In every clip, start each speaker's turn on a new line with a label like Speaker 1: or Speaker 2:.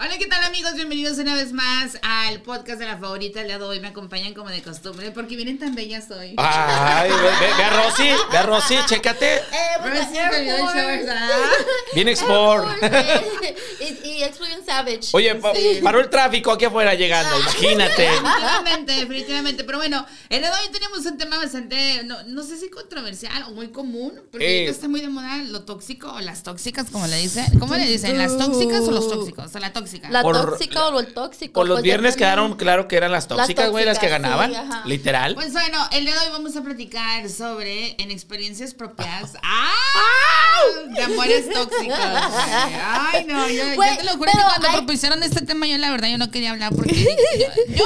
Speaker 1: Hola, ¿qué tal amigos? Bienvenidos una vez más al podcast de la favorita. Le doy, me acompañan como de costumbre porque vienen tan bellas hoy.
Speaker 2: Ah. Ay, ve, ve- ve a Rosy, ve a Rosy, chécate.
Speaker 3: Eh,
Speaker 1: Rosy se olvidó el shorts,
Speaker 3: Airborne.
Speaker 1: ¿ah?
Speaker 2: Bien export.
Speaker 3: Airborne. y, y Expo bien Savage.
Speaker 2: Oye, pa- paró el tráfico aquí afuera llegando,
Speaker 1: Ah.
Speaker 2: imagínate.
Speaker 1: Definitivamente, definitivamente. Pero bueno, el día de hoy tenemos un tema bastante, no, no sé si controversial o muy común, porque
Speaker 2: Eh.
Speaker 1: ahorita está muy de moda lo tóxico o las tóxicas, como le dicen. ¿Cómo le dicen? ¿Las tóxicas o los tóxicos? O la tóxica.
Speaker 3: La
Speaker 2: Por-
Speaker 3: tóxica o el tóxico.
Speaker 2: Por los
Speaker 3: pues,
Speaker 2: viernes
Speaker 3: depende.
Speaker 2: quedaron claro que eran las tóxicas, güey, las que
Speaker 3: tóxicas, sí,
Speaker 2: ganaban,
Speaker 3: ajá.
Speaker 2: literal.
Speaker 1: Pues bueno, el día de hoy vamos a platicar sobre en experiencias propias. ¡Ah! De amores tóxicos. Ay, no, yo, yo
Speaker 3: Güey,
Speaker 1: te lo juro que
Speaker 3: pero
Speaker 1: cuando
Speaker 3: hay-
Speaker 1: propusieron este tema, yo la verdad yo no quería hablar porque dije, yo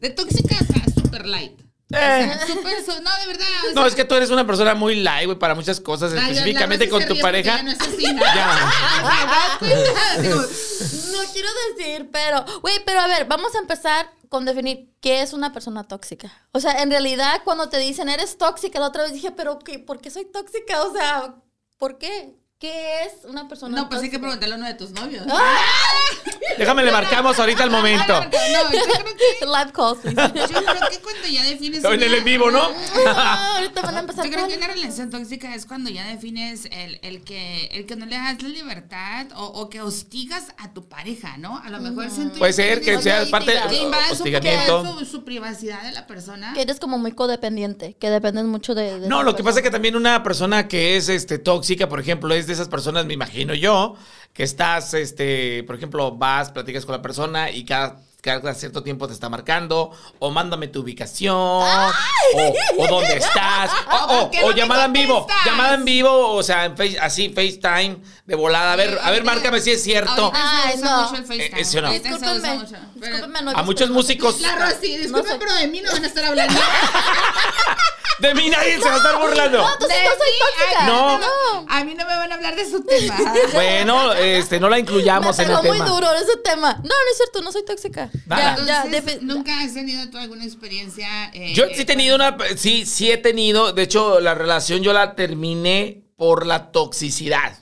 Speaker 1: de tóxica está super light. O
Speaker 2: Eh,
Speaker 1: sea, super, su- no, de verdad. o sea,
Speaker 2: No, es que tú eres una persona muy light, güey, para muchas cosas,
Speaker 1: Ay, Dios,
Speaker 2: específicamente
Speaker 1: la
Speaker 2: con
Speaker 1: Rosy
Speaker 2: tu
Speaker 1: se ríe porque
Speaker 2: pareja.
Speaker 1: Ya no es así, ¿no?
Speaker 2: Ya.
Speaker 1: Ah, ¿te das cuenta? Digo,
Speaker 3: No quiero decir, pero. Güey, pero a ver, vamos a empezar con definir qué es una persona tóxica. O sea, en realidad, cuando te dicen eres tóxica, la otra vez dije, pero qué, ¿por qué soy tóxica? O sea, ¿por qué? ¿Qué es una persona
Speaker 1: No, pues hay que
Speaker 3: tóxica?
Speaker 1: preguntarle a uno de tus novios. Ah,
Speaker 2: Déjame, le marcamos ahorita al momento.
Speaker 1: No, yo creo que,
Speaker 3: Live calls. please.
Speaker 1: yo creo que cuando ya defines.
Speaker 2: Hoy en el
Speaker 1: una-
Speaker 2: en vivo, ¿no?
Speaker 3: Ah, Ahorita van a empezar
Speaker 1: Yo creo
Speaker 3: con-
Speaker 1: que una relación tóxica es cuando ya defines el, el que, el que no le das la libertad o, o que hostigas a tu pareja, ¿no? A lo mejor es en tu
Speaker 2: Puede ser que
Speaker 1: interior,
Speaker 2: sea
Speaker 1: ¿no?
Speaker 2: parte
Speaker 1: que invade su,
Speaker 2: hostigamiento.
Speaker 1: que su, su privacidad de la persona.
Speaker 3: Que eres como muy codependiente, que dependes mucho de... de
Speaker 2: No,
Speaker 3: esa
Speaker 2: lo que pasa es que
Speaker 3: persona.
Speaker 2: también una persona que es este tóxica, por ejemplo, es de esas personas, me imagino yo, que estás, este, por ejemplo, vas, platicas con la persona y cada, cada cierto tiempo te está marcando, o mándame tu ubicación, o, o dónde estás, o, o-
Speaker 1: ¿Por qué no
Speaker 2: o
Speaker 1: me
Speaker 2: llamada en vivo,
Speaker 1: contestas?
Speaker 2: llamada en vivo, o sea, en face- así, FaceTime, de volada, a ver, a ver, márcame si es cierto.
Speaker 1: Ahorita se
Speaker 3: Ay,
Speaker 1: usa
Speaker 3: no.
Speaker 1: mucho el FaceTime.
Speaker 2: Eh, eh, sí o no.
Speaker 1: Ahorita se usa
Speaker 3: Discúlpenme,
Speaker 1: mucho. Pero-
Speaker 3: discúlpenme, no,
Speaker 2: A muchos
Speaker 3: discúlpenme.
Speaker 2: músicos,
Speaker 1: La Rosy, disculpen,
Speaker 3: soy-
Speaker 1: pero de mí no van a estar hablando.
Speaker 2: de mí nadie se va a estar burlando.
Speaker 3: No, entonces
Speaker 1: De
Speaker 3: no soy
Speaker 1: mí,
Speaker 3: tóxica.
Speaker 1: a-
Speaker 2: No.
Speaker 1: A mí no me van a hablar de su tema.
Speaker 2: Bueno, este, no la incluyamos
Speaker 3: Me
Speaker 2: en el
Speaker 3: pegó muy
Speaker 2: tema.
Speaker 3: duro ese tema. No, no es cierto, no soy tóxica.
Speaker 2: Nada.
Speaker 3: Ah, Ya, ya,
Speaker 1: Entonces,
Speaker 3: defi-
Speaker 1: ¿nunca has tenido tú alguna experiencia? eh,
Speaker 2: Yo sí he tenido una, sí, sí he tenido, de hecho, la relación yo la terminé por la toxicidad.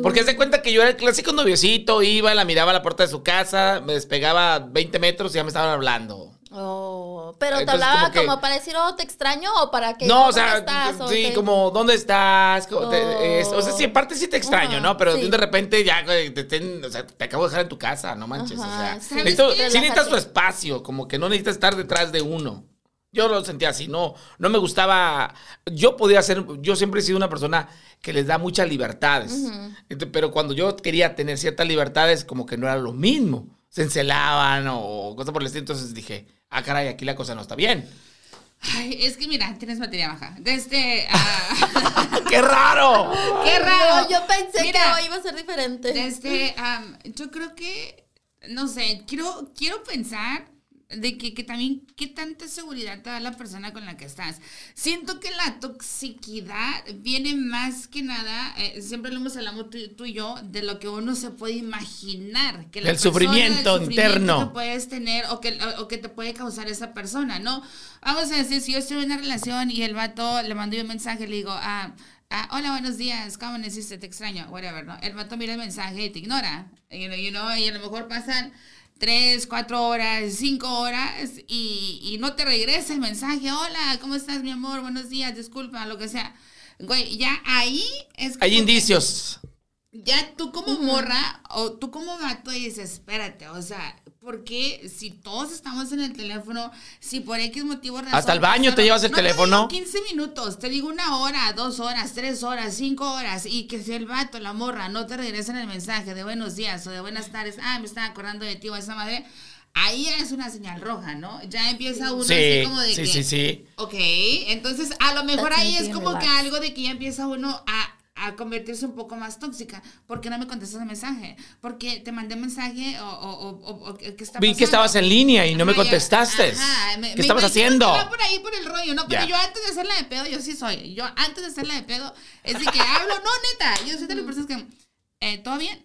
Speaker 2: Porque se cuenta que yo era el clásico noviocito, iba, la miraba a la puerta de su casa, me despegaba 20 metros y ya me estaban hablando.
Speaker 3: Oh, pero te
Speaker 2: Entonces,
Speaker 3: hablaba
Speaker 2: como
Speaker 3: como,
Speaker 2: que-
Speaker 3: para decir, oh, te extraño o para que...
Speaker 2: no, o
Speaker 3: ¿dónde
Speaker 2: sea,
Speaker 3: estás? ¿O
Speaker 2: sí,
Speaker 3: qué?
Speaker 2: como, ¿dónde estás? Como te-
Speaker 3: Oh.
Speaker 2: es- o sea, sí, en parte sí te extraño,
Speaker 3: Ajá,
Speaker 2: ¿no? Pero
Speaker 3: sí.
Speaker 2: de repente ya eh, te, ten- o sea, te acabo de dejar en tu casa, no manches.
Speaker 3: Ajá,
Speaker 2: o sea,
Speaker 3: sí.
Speaker 2: necesito-
Speaker 3: Relájate.
Speaker 2: sí necesitas tu espacio, como que no necesitas estar detrás de uno. Yo lo sentía así, no, no me gustaba. Yo podía ser, yo siempre he sido una persona que les da muchas libertades. Ent- Pero cuando yo quería tener ciertas libertades, como que no era lo mismo. Se encelaban o cosas por el estilo. Entonces dije, ah, caray, aquí la cosa no está bien.
Speaker 1: Ay, es que mira, tienes materia baja. Desde. ah,
Speaker 2: ¡Qué raro!
Speaker 1: ¡Qué raro!
Speaker 3: Pero yo pensé
Speaker 1: Mira,
Speaker 3: que hoy iba a ser diferente.
Speaker 1: Desde. am, yo creo que. No sé, quiero, quiero pensar de que, que también qué tanta seguridad te da la persona con la que estás. Siento que la toxicidad viene más que nada, eh, siempre lo hemos hablado tú, tú y yo, de lo que uno se puede imaginar. Que la
Speaker 2: Del
Speaker 1: persona, del
Speaker 2: sufrimiento interno.
Speaker 1: que puedes tener o que, o que te puede causar esa persona, ¿no? Vamos a decir, si yo estoy en una relación y el vato le mando yo un mensaje, le digo, ah, ah, hola, buenos días, ¿cómo naciste? Te extraño, whatever, ¿no? El vato mira el mensaje y te ignora, you know, you know, y a lo mejor pasan tres, cuatro horas, cinco horas y, y no te regresa el mensaje, hola, ¿cómo estás, mi amor? Buenos días, disculpa, lo que sea. Güey, ya ahí es como
Speaker 2: Hay
Speaker 1: que-
Speaker 2: indicios.
Speaker 1: ya tú como morra o tú como gato dices, espérate, o sea, porque si todos estamos en el teléfono, si por X motivo... razón
Speaker 2: Hasta el baño te llevas el
Speaker 1: no
Speaker 2: teléfono.
Speaker 1: Te digo 15 minutos, te digo una hora, dos horas, tres horas, cinco horas, y que si el vato, la morra, no te regresan el mensaje de buenos días o de buenas tardes, ah, me estaba acordando de ti o esa madre, ahí ya es una señal roja, ¿no? Ya empieza uno así
Speaker 2: Sí,
Speaker 1: como de
Speaker 2: sí,
Speaker 1: que...
Speaker 2: sí, sí.
Speaker 1: Ok, entonces a lo mejor
Speaker 3: That's
Speaker 1: ahí
Speaker 3: making
Speaker 1: es
Speaker 3: me
Speaker 1: como que
Speaker 3: relax.
Speaker 1: algo de que ya empieza uno a, a convertirse un poco más tóxica. ¿Por qué no me contestas el mensaje? ¿Por qué te mandé un mensaje o, o, o- o- o- qué está
Speaker 2: Vi que estabas en línea y no me
Speaker 1: Ajá, ya-
Speaker 2: contestaste.
Speaker 1: ajá, me-
Speaker 2: ¿Qué
Speaker 1: me
Speaker 2: estabas
Speaker 1: imagino
Speaker 2: haciendo?
Speaker 1: que va por ahí por el rollo, ¿no? Pero
Speaker 2: Ya.
Speaker 1: yo antes de hacerla de pedo, yo sí soy. Yo
Speaker 2: Mm.
Speaker 1: antes de hacerla de pedo, es de que hablo, no, neta. Yo soy de las personas que. eh, ¿Todo bien?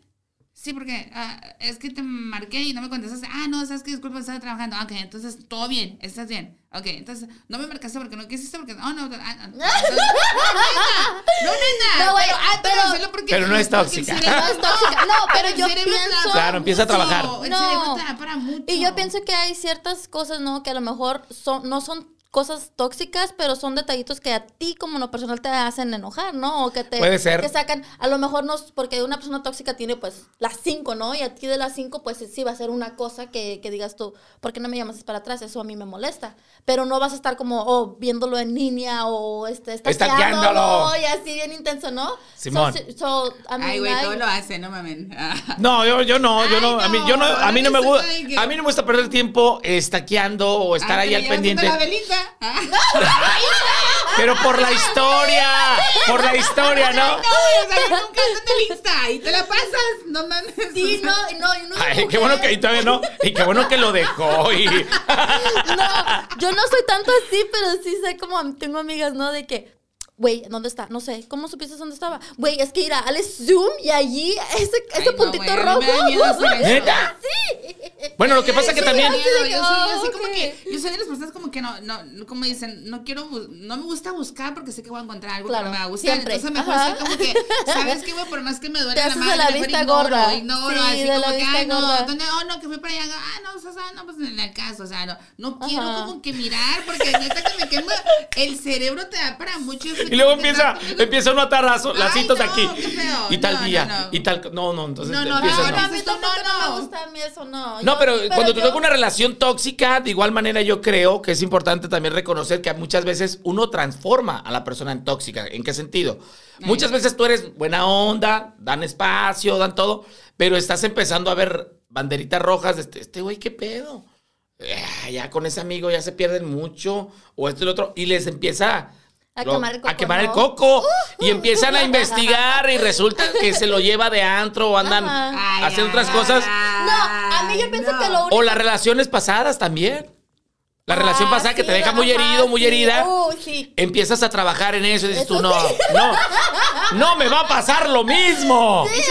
Speaker 1: Sí, porque ah, es que te marqué y no me contestaste. Ah, no, sabes que disculpa, estaba trabajando. Ah, Ok, entonces todo bien, estás bien. Ok, entonces no me marcaste porque no quisiste porque. Oh, no, no, ah, ah, entonces- no, nena.
Speaker 3: No,
Speaker 1: No,
Speaker 3: güey,
Speaker 1: nena. ah,
Speaker 3: pero-
Speaker 1: solo porque-
Speaker 2: Pero no es
Speaker 1: porque el
Speaker 2: tóxica.
Speaker 1: cerebro-
Speaker 3: No es tóxica. No, pero
Speaker 1: el
Speaker 3: yo
Speaker 1: cerebro
Speaker 3: pienso-
Speaker 1: trabaja
Speaker 2: Claro, empieza a
Speaker 1: mucho,
Speaker 2: trabajar.
Speaker 1: El
Speaker 3: No.
Speaker 1: cerebro trabaja mucho.
Speaker 3: Y yo pienso que hay ciertas cosas, ¿no? Que a lo mejor son, no son cosas tóxicas, pero son detallitos que a ti como no personal te hacen enojar, ¿no? O que te
Speaker 2: Puede ser.
Speaker 3: que sacan, a lo mejor no, porque una persona tóxica tiene pues las cinco, ¿no? Y a ti de las cinco pues sí va a ser una cosa que, que digas tú, ¿por qué no me llamas para atrás? Eso a mí me molesta. Pero no vas a estar como, oh, viéndolo en línea o este,
Speaker 2: Estaqueándolo.
Speaker 3: y así bien intenso, ¿no? So,
Speaker 2: Simón.
Speaker 3: sí, so, a mí
Speaker 1: Ay, güey,
Speaker 3: hay-
Speaker 1: todo lo hace, no mamen. Ah.
Speaker 2: No, yo, yo no, yo
Speaker 1: Ay,
Speaker 2: no, a mí, yo no,
Speaker 1: no,
Speaker 2: a mí no me
Speaker 1: eso
Speaker 2: gusta,
Speaker 1: soy que- Ah,
Speaker 2: a mí no me gusta perder tiempo estaqueando o estar ahí al pendiente.
Speaker 1: La velita. Ah.
Speaker 2: Pero por la historia, por la historia, ¿no?
Speaker 1: No, güey, o sea, que nunca estás de lista y te la pasas. No mames.
Speaker 3: Sí, no, no, yo no soy
Speaker 2: Ay, qué bueno que
Speaker 3: mujer.
Speaker 2: y todavía no, y qué bueno que lo dejó y
Speaker 3: No, yo no soy tanto así, pero sí sé como tengo amigas, ¿no? De que, güey, ¿dónde está? No sé, ¿cómo supiste dónde estaba? Güey, es que ir a Alex Zoom y allí ese,
Speaker 1: Ay,
Speaker 3: ese
Speaker 1: no,
Speaker 3: puntito
Speaker 1: güey, a
Speaker 3: rojo.
Speaker 1: mí me da miedo hacer eso.
Speaker 2: ¿Neta?
Speaker 3: Sí.
Speaker 2: Bueno, lo que pasa que
Speaker 3: Sí,
Speaker 2: también
Speaker 1: Yo soy, yo
Speaker 2: Ah,
Speaker 1: soy
Speaker 3: Ok.
Speaker 1: como que, yo soy de las personas como que no, no, como dicen, no quiero, bu- no me gusta buscar porque sé que voy a encontrar algo que
Speaker 3: Claro,
Speaker 1: no me va a gustar.
Speaker 3: siempre.
Speaker 1: Entonces mejor
Speaker 3: Ajá.
Speaker 1: soy como que, ¿sabes qué, güey? Por más que me duele
Speaker 3: Te
Speaker 1: la
Speaker 3: haces
Speaker 1: madre,
Speaker 3: de la
Speaker 1: mejor
Speaker 3: vista
Speaker 1: ignoro,
Speaker 3: gorda.
Speaker 1: ignoro,
Speaker 3: Sí,
Speaker 1: así
Speaker 3: de la
Speaker 1: como que,
Speaker 3: vista
Speaker 1: ay, no,
Speaker 3: gorda.
Speaker 1: ¿dónde? Oh, no, que fui para allá, ah, no, o sea, ah, no, pues en el caso, o sea, no, no
Speaker 3: Ajá.
Speaker 1: quiero como que mirar porque neta que me quema, el cerebro te da para mucho.
Speaker 2: y luego empieza, empieza uno a tarrazo, las
Speaker 1: Ay,
Speaker 2: citas
Speaker 1: no,
Speaker 2: aquí
Speaker 1: qué feo.
Speaker 2: y
Speaker 1: No,
Speaker 2: tal
Speaker 1: no,
Speaker 2: día
Speaker 1: no.
Speaker 2: y tal, no, no, entonces
Speaker 1: No, no,
Speaker 2: empiezas,
Speaker 1: no,
Speaker 2: no.
Speaker 3: Ahora, a mí
Speaker 1: Dices tú,
Speaker 3: tampoco
Speaker 1: no,
Speaker 3: no
Speaker 1: no.
Speaker 3: me gusta a mí eso, no.
Speaker 2: No,
Speaker 3: Yo-
Speaker 2: pero, cuando tú
Speaker 3: yo-
Speaker 2: tienes una relación tóxica, de igual manera yo creo que es importante también reconocer que muchas veces uno transforma a la persona en tóxica. ¿En qué sentido? Muchas veces tú eres buena onda, dan espacio, dan todo, pero estás empezando a ver banderitas rojas de este- este güey, ¿qué pedo? Ah, ya con ese amigo ya se pierden mucho, o esto y lo otro, y les empieza
Speaker 3: A
Speaker 2: lo-
Speaker 3: quemar el coco,
Speaker 2: a quemar el
Speaker 3: ¿no? Uh,
Speaker 2: coco, y empiezan a investigar y resulta que se lo lleva de antro o andan
Speaker 3: Ajá.
Speaker 1: Ay,
Speaker 2: haciendo otras
Speaker 1: ay,
Speaker 2: cosas.
Speaker 1: ay,
Speaker 3: No, a mí yo pienso
Speaker 1: no.
Speaker 3: que lo único
Speaker 2: O las relaciones pasadas también. La relación
Speaker 3: Ah,
Speaker 2: pasada que
Speaker 3: sí,
Speaker 2: te deja muy
Speaker 3: ajá,
Speaker 2: herido, muy
Speaker 3: sí.
Speaker 2: herida.
Speaker 3: Uh, sí.
Speaker 2: Empiezas a trabajar en eso y dices tú,
Speaker 3: Eso
Speaker 2: no, no, no me va a pasar lo mismo.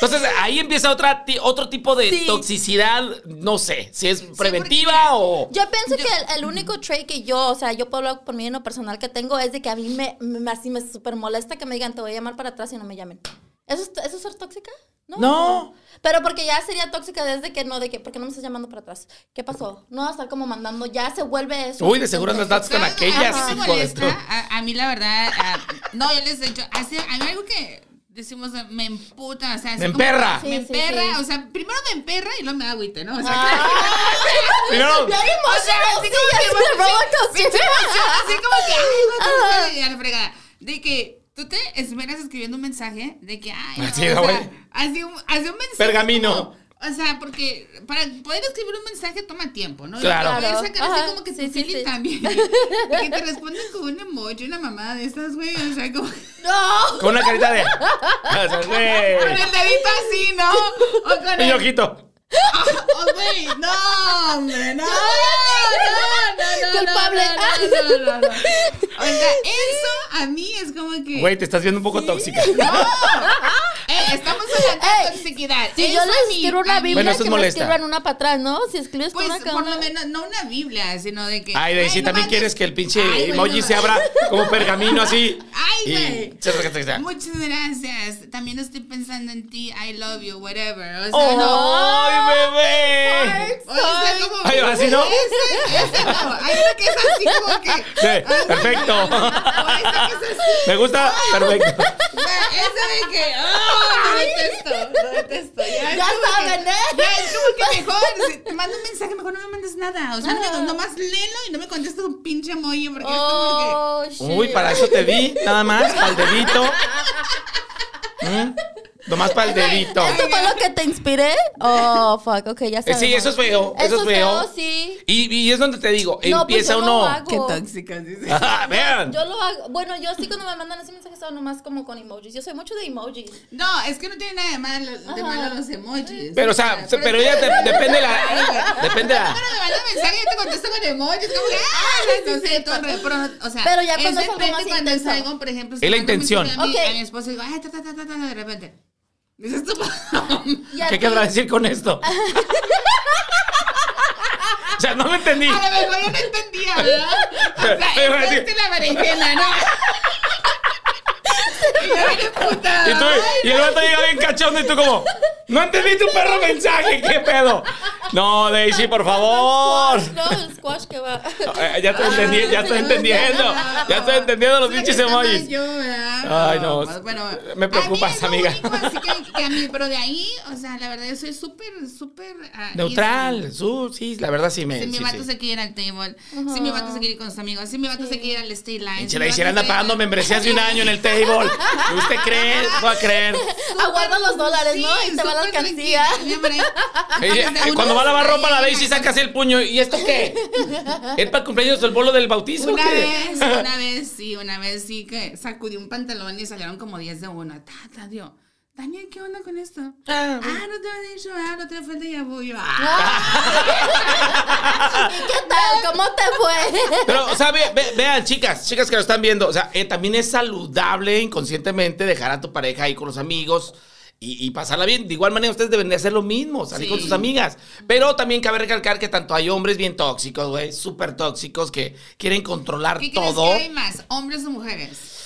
Speaker 2: Entonces ahí empieza otra, ti- otro tipo de
Speaker 3: Sí.
Speaker 2: toxicidad, no sé, si es preventiva
Speaker 1: mira,
Speaker 2: o...
Speaker 3: Yo pienso que el, el único trait que yo, o sea, yo puedo hablar por mí en lo personal que tengo es de que a mí me, me- así me súper molesta que me digan te voy a llamar para atrás y no me llamen. ¿Eso es, eso es ser tóxica? No.
Speaker 2: No.
Speaker 3: Pero porque ya sería tóxica desde que no, de que, ¿por qué no me estás llamando para atrás? ¿Qué pasó? No vas a estar como mandando, ya se vuelve eso.
Speaker 2: Uy, de seguro no estás con
Speaker 1: ¿Sabes?
Speaker 2: aquellas,
Speaker 1: A mí me
Speaker 2: hijo de
Speaker 1: molesta, a, a mí la verdad, a- no, yo les he dicho, hace, a mí algo que decimos, me emputa, o sea, así
Speaker 2: Me
Speaker 1: como-
Speaker 2: emperra.
Speaker 1: me
Speaker 3: Sí, sí,
Speaker 1: emperra,
Speaker 3: sí. Ah.
Speaker 1: o sea, primero me emperra y luego me da agüite, ¿no? O sea,
Speaker 2: Primero,
Speaker 1: o sea, así
Speaker 3: Sí,
Speaker 1: como
Speaker 3: ya
Speaker 1: que
Speaker 3: es
Speaker 1: bueno,
Speaker 3: una roller
Speaker 1: sí,
Speaker 3: coaster.
Speaker 1: pinche emoción, así como que, ay,
Speaker 3: Ah.
Speaker 1: no, no, no, y a la fregada. De que tú te esperas escribiendo un mensaje de que, ay, no,
Speaker 2: Así,
Speaker 1: o sea,
Speaker 2: güey.
Speaker 1: así un, así un mensaje.
Speaker 2: Pergamino.
Speaker 1: como- o sea, porque para poder escribir un mensaje toma tiempo, ¿no? Y
Speaker 2: Claro.
Speaker 1: para poder sacar así
Speaker 3: Ajá.
Speaker 1: como que
Speaker 3: Sí,
Speaker 1: tu
Speaker 3: sí,
Speaker 1: feeling
Speaker 3: sí.
Speaker 1: también. Y que te responden con un emoji, una mamada de estas, güey. O sea, como.
Speaker 3: No.
Speaker 2: con una carita de... O sea,
Speaker 1: Con el
Speaker 2: güey,
Speaker 1: dedito así, ¿no? O con
Speaker 2: mi
Speaker 1: el.
Speaker 2: ojito.
Speaker 1: Oh, güey, no, hombre, no. No, no, no.
Speaker 3: Culpable.
Speaker 1: No, no, no, no, no. O sea, eso a mí es como que.
Speaker 2: Güey, te estás viendo un poco tóxica.
Speaker 1: Eh, estamos hablando de
Speaker 3: Ey,
Speaker 1: toxicidad.
Speaker 3: Si
Speaker 1: Eso
Speaker 3: yo
Speaker 1: a
Speaker 3: les
Speaker 1: mí-
Speaker 3: escribo una
Speaker 1: a mí-
Speaker 3: Biblia,
Speaker 2: Bueno, eso es
Speaker 3: que me
Speaker 2: molesta.
Speaker 3: escriban una para atrás, ¿no? Si escribes
Speaker 1: Pues
Speaker 3: una que
Speaker 1: por
Speaker 3: una-
Speaker 1: lo menos, no una Biblia, sino de que.
Speaker 2: Ay, Daisy,
Speaker 1: no
Speaker 2: también
Speaker 1: mames.
Speaker 2: quieres que el pinche
Speaker 1: Ay, güey,
Speaker 2: emoji
Speaker 1: no
Speaker 2: se
Speaker 1: mames.
Speaker 2: abra como pergamino así.
Speaker 1: Ay,
Speaker 2: Y-
Speaker 1: güey.
Speaker 2: Ay,
Speaker 1: Muchas gracias. También estoy pensando en ti. I love you, whatever. O sea,
Speaker 3: Oh,
Speaker 1: no.
Speaker 2: bebé!
Speaker 1: O sea, como.
Speaker 2: Ay, así no.
Speaker 1: Ese, ese no. Hay uno que es así como que.
Speaker 2: Sí, perfecto.
Speaker 1: O esa que es así.
Speaker 2: Me gusta, perfecto.
Speaker 1: Güey, Eso de que, oh, lo detesto, lo detesto. Ya, es
Speaker 3: Ya
Speaker 1: como que-
Speaker 3: saben, ¿eh?
Speaker 1: Ya es como que mejor, si te mando un mensaje, mejor no me mandes nada. O sea, no me,
Speaker 3: Ah.
Speaker 1: nomás léelo y no me contestes un pinche emoji porque
Speaker 3: Oh, shit.
Speaker 2: Uy, para eso te vi, nada más, al dedito. ¿Mm? Nomás para el dedito.
Speaker 3: ¿Esto fue lo que te inspiré? Oh, fuck, ok, ya
Speaker 2: Eh,
Speaker 3: sabes.
Speaker 2: Sí, eso es feo. Eso, es feo.
Speaker 3: sí.
Speaker 2: Y, y es donde te digo,
Speaker 3: No, pues
Speaker 2: empieza
Speaker 3: yo
Speaker 2: uno.
Speaker 3: lo hago.
Speaker 4: Qué tóxicas, dice.
Speaker 2: Ajá, vean.
Speaker 3: Yo lo hago. Bueno, yo sí cuando me mandan ese mensaje estaba nomás como con emojis. Yo soy mucho de emojis.
Speaker 1: No, es que no tiene nada de malo, de malo los emojis.
Speaker 2: Pero, o sea, se- pero ella te- depende la. Depende la.
Speaker 1: Ahora me manda mensaje y yo te contesto con emojis. Como que, ah, no sé, todo re- pero, o sea,
Speaker 3: Pero ya
Speaker 1: es
Speaker 3: cuando es algo
Speaker 1: depende
Speaker 3: más
Speaker 1: cuando
Speaker 3: intenso.
Speaker 1: salgo, por ejemplo,
Speaker 2: Es la
Speaker 1: mando un
Speaker 2: intención.
Speaker 1: mensaje A mi,
Speaker 3: Ok.
Speaker 1: a mi esposo y digo, ay, ta, ta, ta, ta, ta, de repente. Dices tú,
Speaker 3: Y a
Speaker 2: ¿Qué
Speaker 3: ti-
Speaker 2: querrá decir con esto? o sea, no me entendí.
Speaker 1: A lo mejor yo no entendía, ¿verdad? O sea,
Speaker 2: Pero,
Speaker 1: entraste
Speaker 2: sí.
Speaker 1: en la berenjena, ¿no? Y yo bien puta.
Speaker 2: Y, tú, y el vato llega bien cachondo y tú como, no entendí tu perro mensaje, ¿qué pedo? No, Daisy, por favor.
Speaker 3: No, el squash que va.
Speaker 2: Eh,
Speaker 1: Ah,
Speaker 2: Ya estoy entendiendo, ya estoy entendiendo. Ya estoy entendiendo los pinches emojis.
Speaker 1: Yo, ¿verdad?
Speaker 2: Ay, no.
Speaker 1: Pero, Bueno,
Speaker 2: Me preocupas,
Speaker 1: a mí es lo
Speaker 2: amiga.
Speaker 1: único, así que, que a mí, pero de ahí, o sea, la verdad, yo soy súper, súper. ah,
Speaker 2: Neutral, su, sí, la verdad sí me.
Speaker 1: Si mi
Speaker 2: sí,
Speaker 1: vato
Speaker 2: sí.
Speaker 1: se quiere ir al table, si mi vato se quiere ir con sus amigos, si mi vato se quiere ir al state line.
Speaker 2: Pinche
Speaker 1: si
Speaker 2: la
Speaker 1: mi vato
Speaker 2: hiciera anda
Speaker 1: se
Speaker 2: pagando
Speaker 1: quiere-
Speaker 2: membresías de un año en el table. ¿Usted cree? No va a creer.
Speaker 3: Aguarda los dólares, ¿no?
Speaker 1: Sí,
Speaker 3: Y te va la
Speaker 1: súper
Speaker 3: alcancía.
Speaker 1: tranquila, mi amor, ahí.
Speaker 2: Ella-
Speaker 1: O sea, uno
Speaker 2: eh, cuando va a lavar
Speaker 1: está
Speaker 2: ropa, la
Speaker 1: ahí en
Speaker 2: Daisy sacas el puño. ¿Y esto qué? ¿Es para el cumpleaños del bolo del bautizo? o
Speaker 1: Una
Speaker 2: qué?
Speaker 1: vez, una vez sí, una vez sí que sacudí un pantalón y salieron como 10 de uno. Ta, ta, dio. Daniel, ¿qué onda con esto? Ah,
Speaker 2: Ah,
Speaker 1: no te lo he dicho, ah, no te fue el déjà vu. Yo, ah,
Speaker 3: ¿Y qué tal? ¿Cómo te fue?
Speaker 2: Pero, o sea, ve- ve- vean, chicas, chicas que lo están viendo, o sea, eh, también es saludable inconscientemente dejar a tu pareja ahí con los amigos y, y pasarla bien. De igual manera, ustedes deben de hacer lo mismo, salir con
Speaker 1: Sí.
Speaker 2: sus amigas. Pero también cabe recalcar que tanto hay hombres bien tóxicos, güey, súper tóxicos, que quieren
Speaker 3: Ah.
Speaker 2: controlar
Speaker 1: ¿Qué crees
Speaker 2: todo.
Speaker 1: que hay más, hombres o mujeres?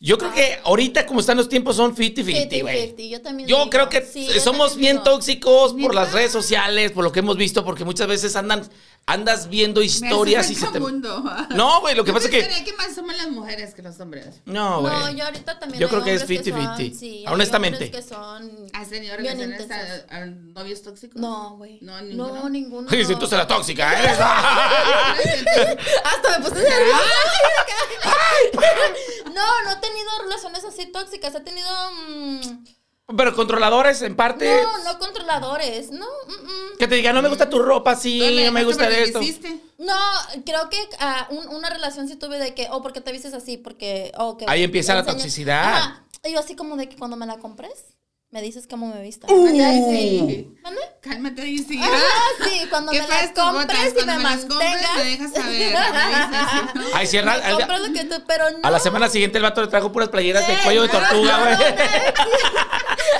Speaker 2: Yo creo que ahorita, como están los tiempos, son 50-50, güey.
Speaker 3: 50-50, yo también
Speaker 2: Yo
Speaker 3: digo.
Speaker 2: creo que
Speaker 3: Sí, yo
Speaker 2: somos
Speaker 3: también
Speaker 2: bien
Speaker 3: digo.
Speaker 2: tóxicos por las redes sociales, por lo que hemos visto, porque muchas veces andan, andas viendo historias y se te...
Speaker 1: Mundo.
Speaker 2: No, güey, lo que pasa es que-
Speaker 1: que más somos las mujeres que los hombres.
Speaker 2: No, güey.
Speaker 3: No, yo ahorita también.
Speaker 2: Yo
Speaker 3: hay
Speaker 2: creo que es
Speaker 3: hombres
Speaker 2: 50-50.
Speaker 3: son- sí, hay
Speaker 2: Honestamente.
Speaker 3: hombres que son.
Speaker 1: ¿Has tenido
Speaker 3: bien
Speaker 1: relaciones
Speaker 3: intensos.
Speaker 1: a, a novios tóxicos?
Speaker 3: No, güey.
Speaker 1: No, ninguno.
Speaker 3: No, ninguno.
Speaker 2: Sí, sí, tú serás tóxica, ¿eh? eres.
Speaker 3: Hasta me puse
Speaker 1: Ah.
Speaker 3: nerviosa. No, no he tenido relaciones así tóxicas. He tenido. mm,
Speaker 2: Pero controladores, en parte.
Speaker 3: no, no controladores. No, mm, mm.
Speaker 2: Que te digan, no me gusta tu ropa, sí,
Speaker 1: le
Speaker 2: no me
Speaker 1: dejaste
Speaker 2: gusta
Speaker 1: porque
Speaker 2: esto.
Speaker 1: quisiste.
Speaker 3: No, creo que ah, un- una relación sí tuve de que, oh, porque te vistes así, porque, oh, que.
Speaker 2: Ahí empieza la
Speaker 3: enseñas-
Speaker 2: toxicidad.
Speaker 3: Ajá. Y yo así como de que cuando me la compres, me dices cómo me vista.
Speaker 1: Uh. Pues Daisy.
Speaker 3: ¿Mande?
Speaker 1: Cálmate, Daisy.
Speaker 3: Ah, sí, cuando
Speaker 1: ¿Qué
Speaker 3: me las
Speaker 1: traes tus botas?
Speaker 3: compres y
Speaker 1: Cuando
Speaker 3: me,
Speaker 1: me las compres,
Speaker 3: mantengas.
Speaker 1: me dejas saber, me dices,
Speaker 2: Ay, sí, al-
Speaker 3: Me
Speaker 2: al-
Speaker 3: compras Eh, lo que tú, pero no.
Speaker 2: a la semana siguiente el vato le trajo puras playeras de
Speaker 3: Sí,
Speaker 2: cuello de tortuga, güey.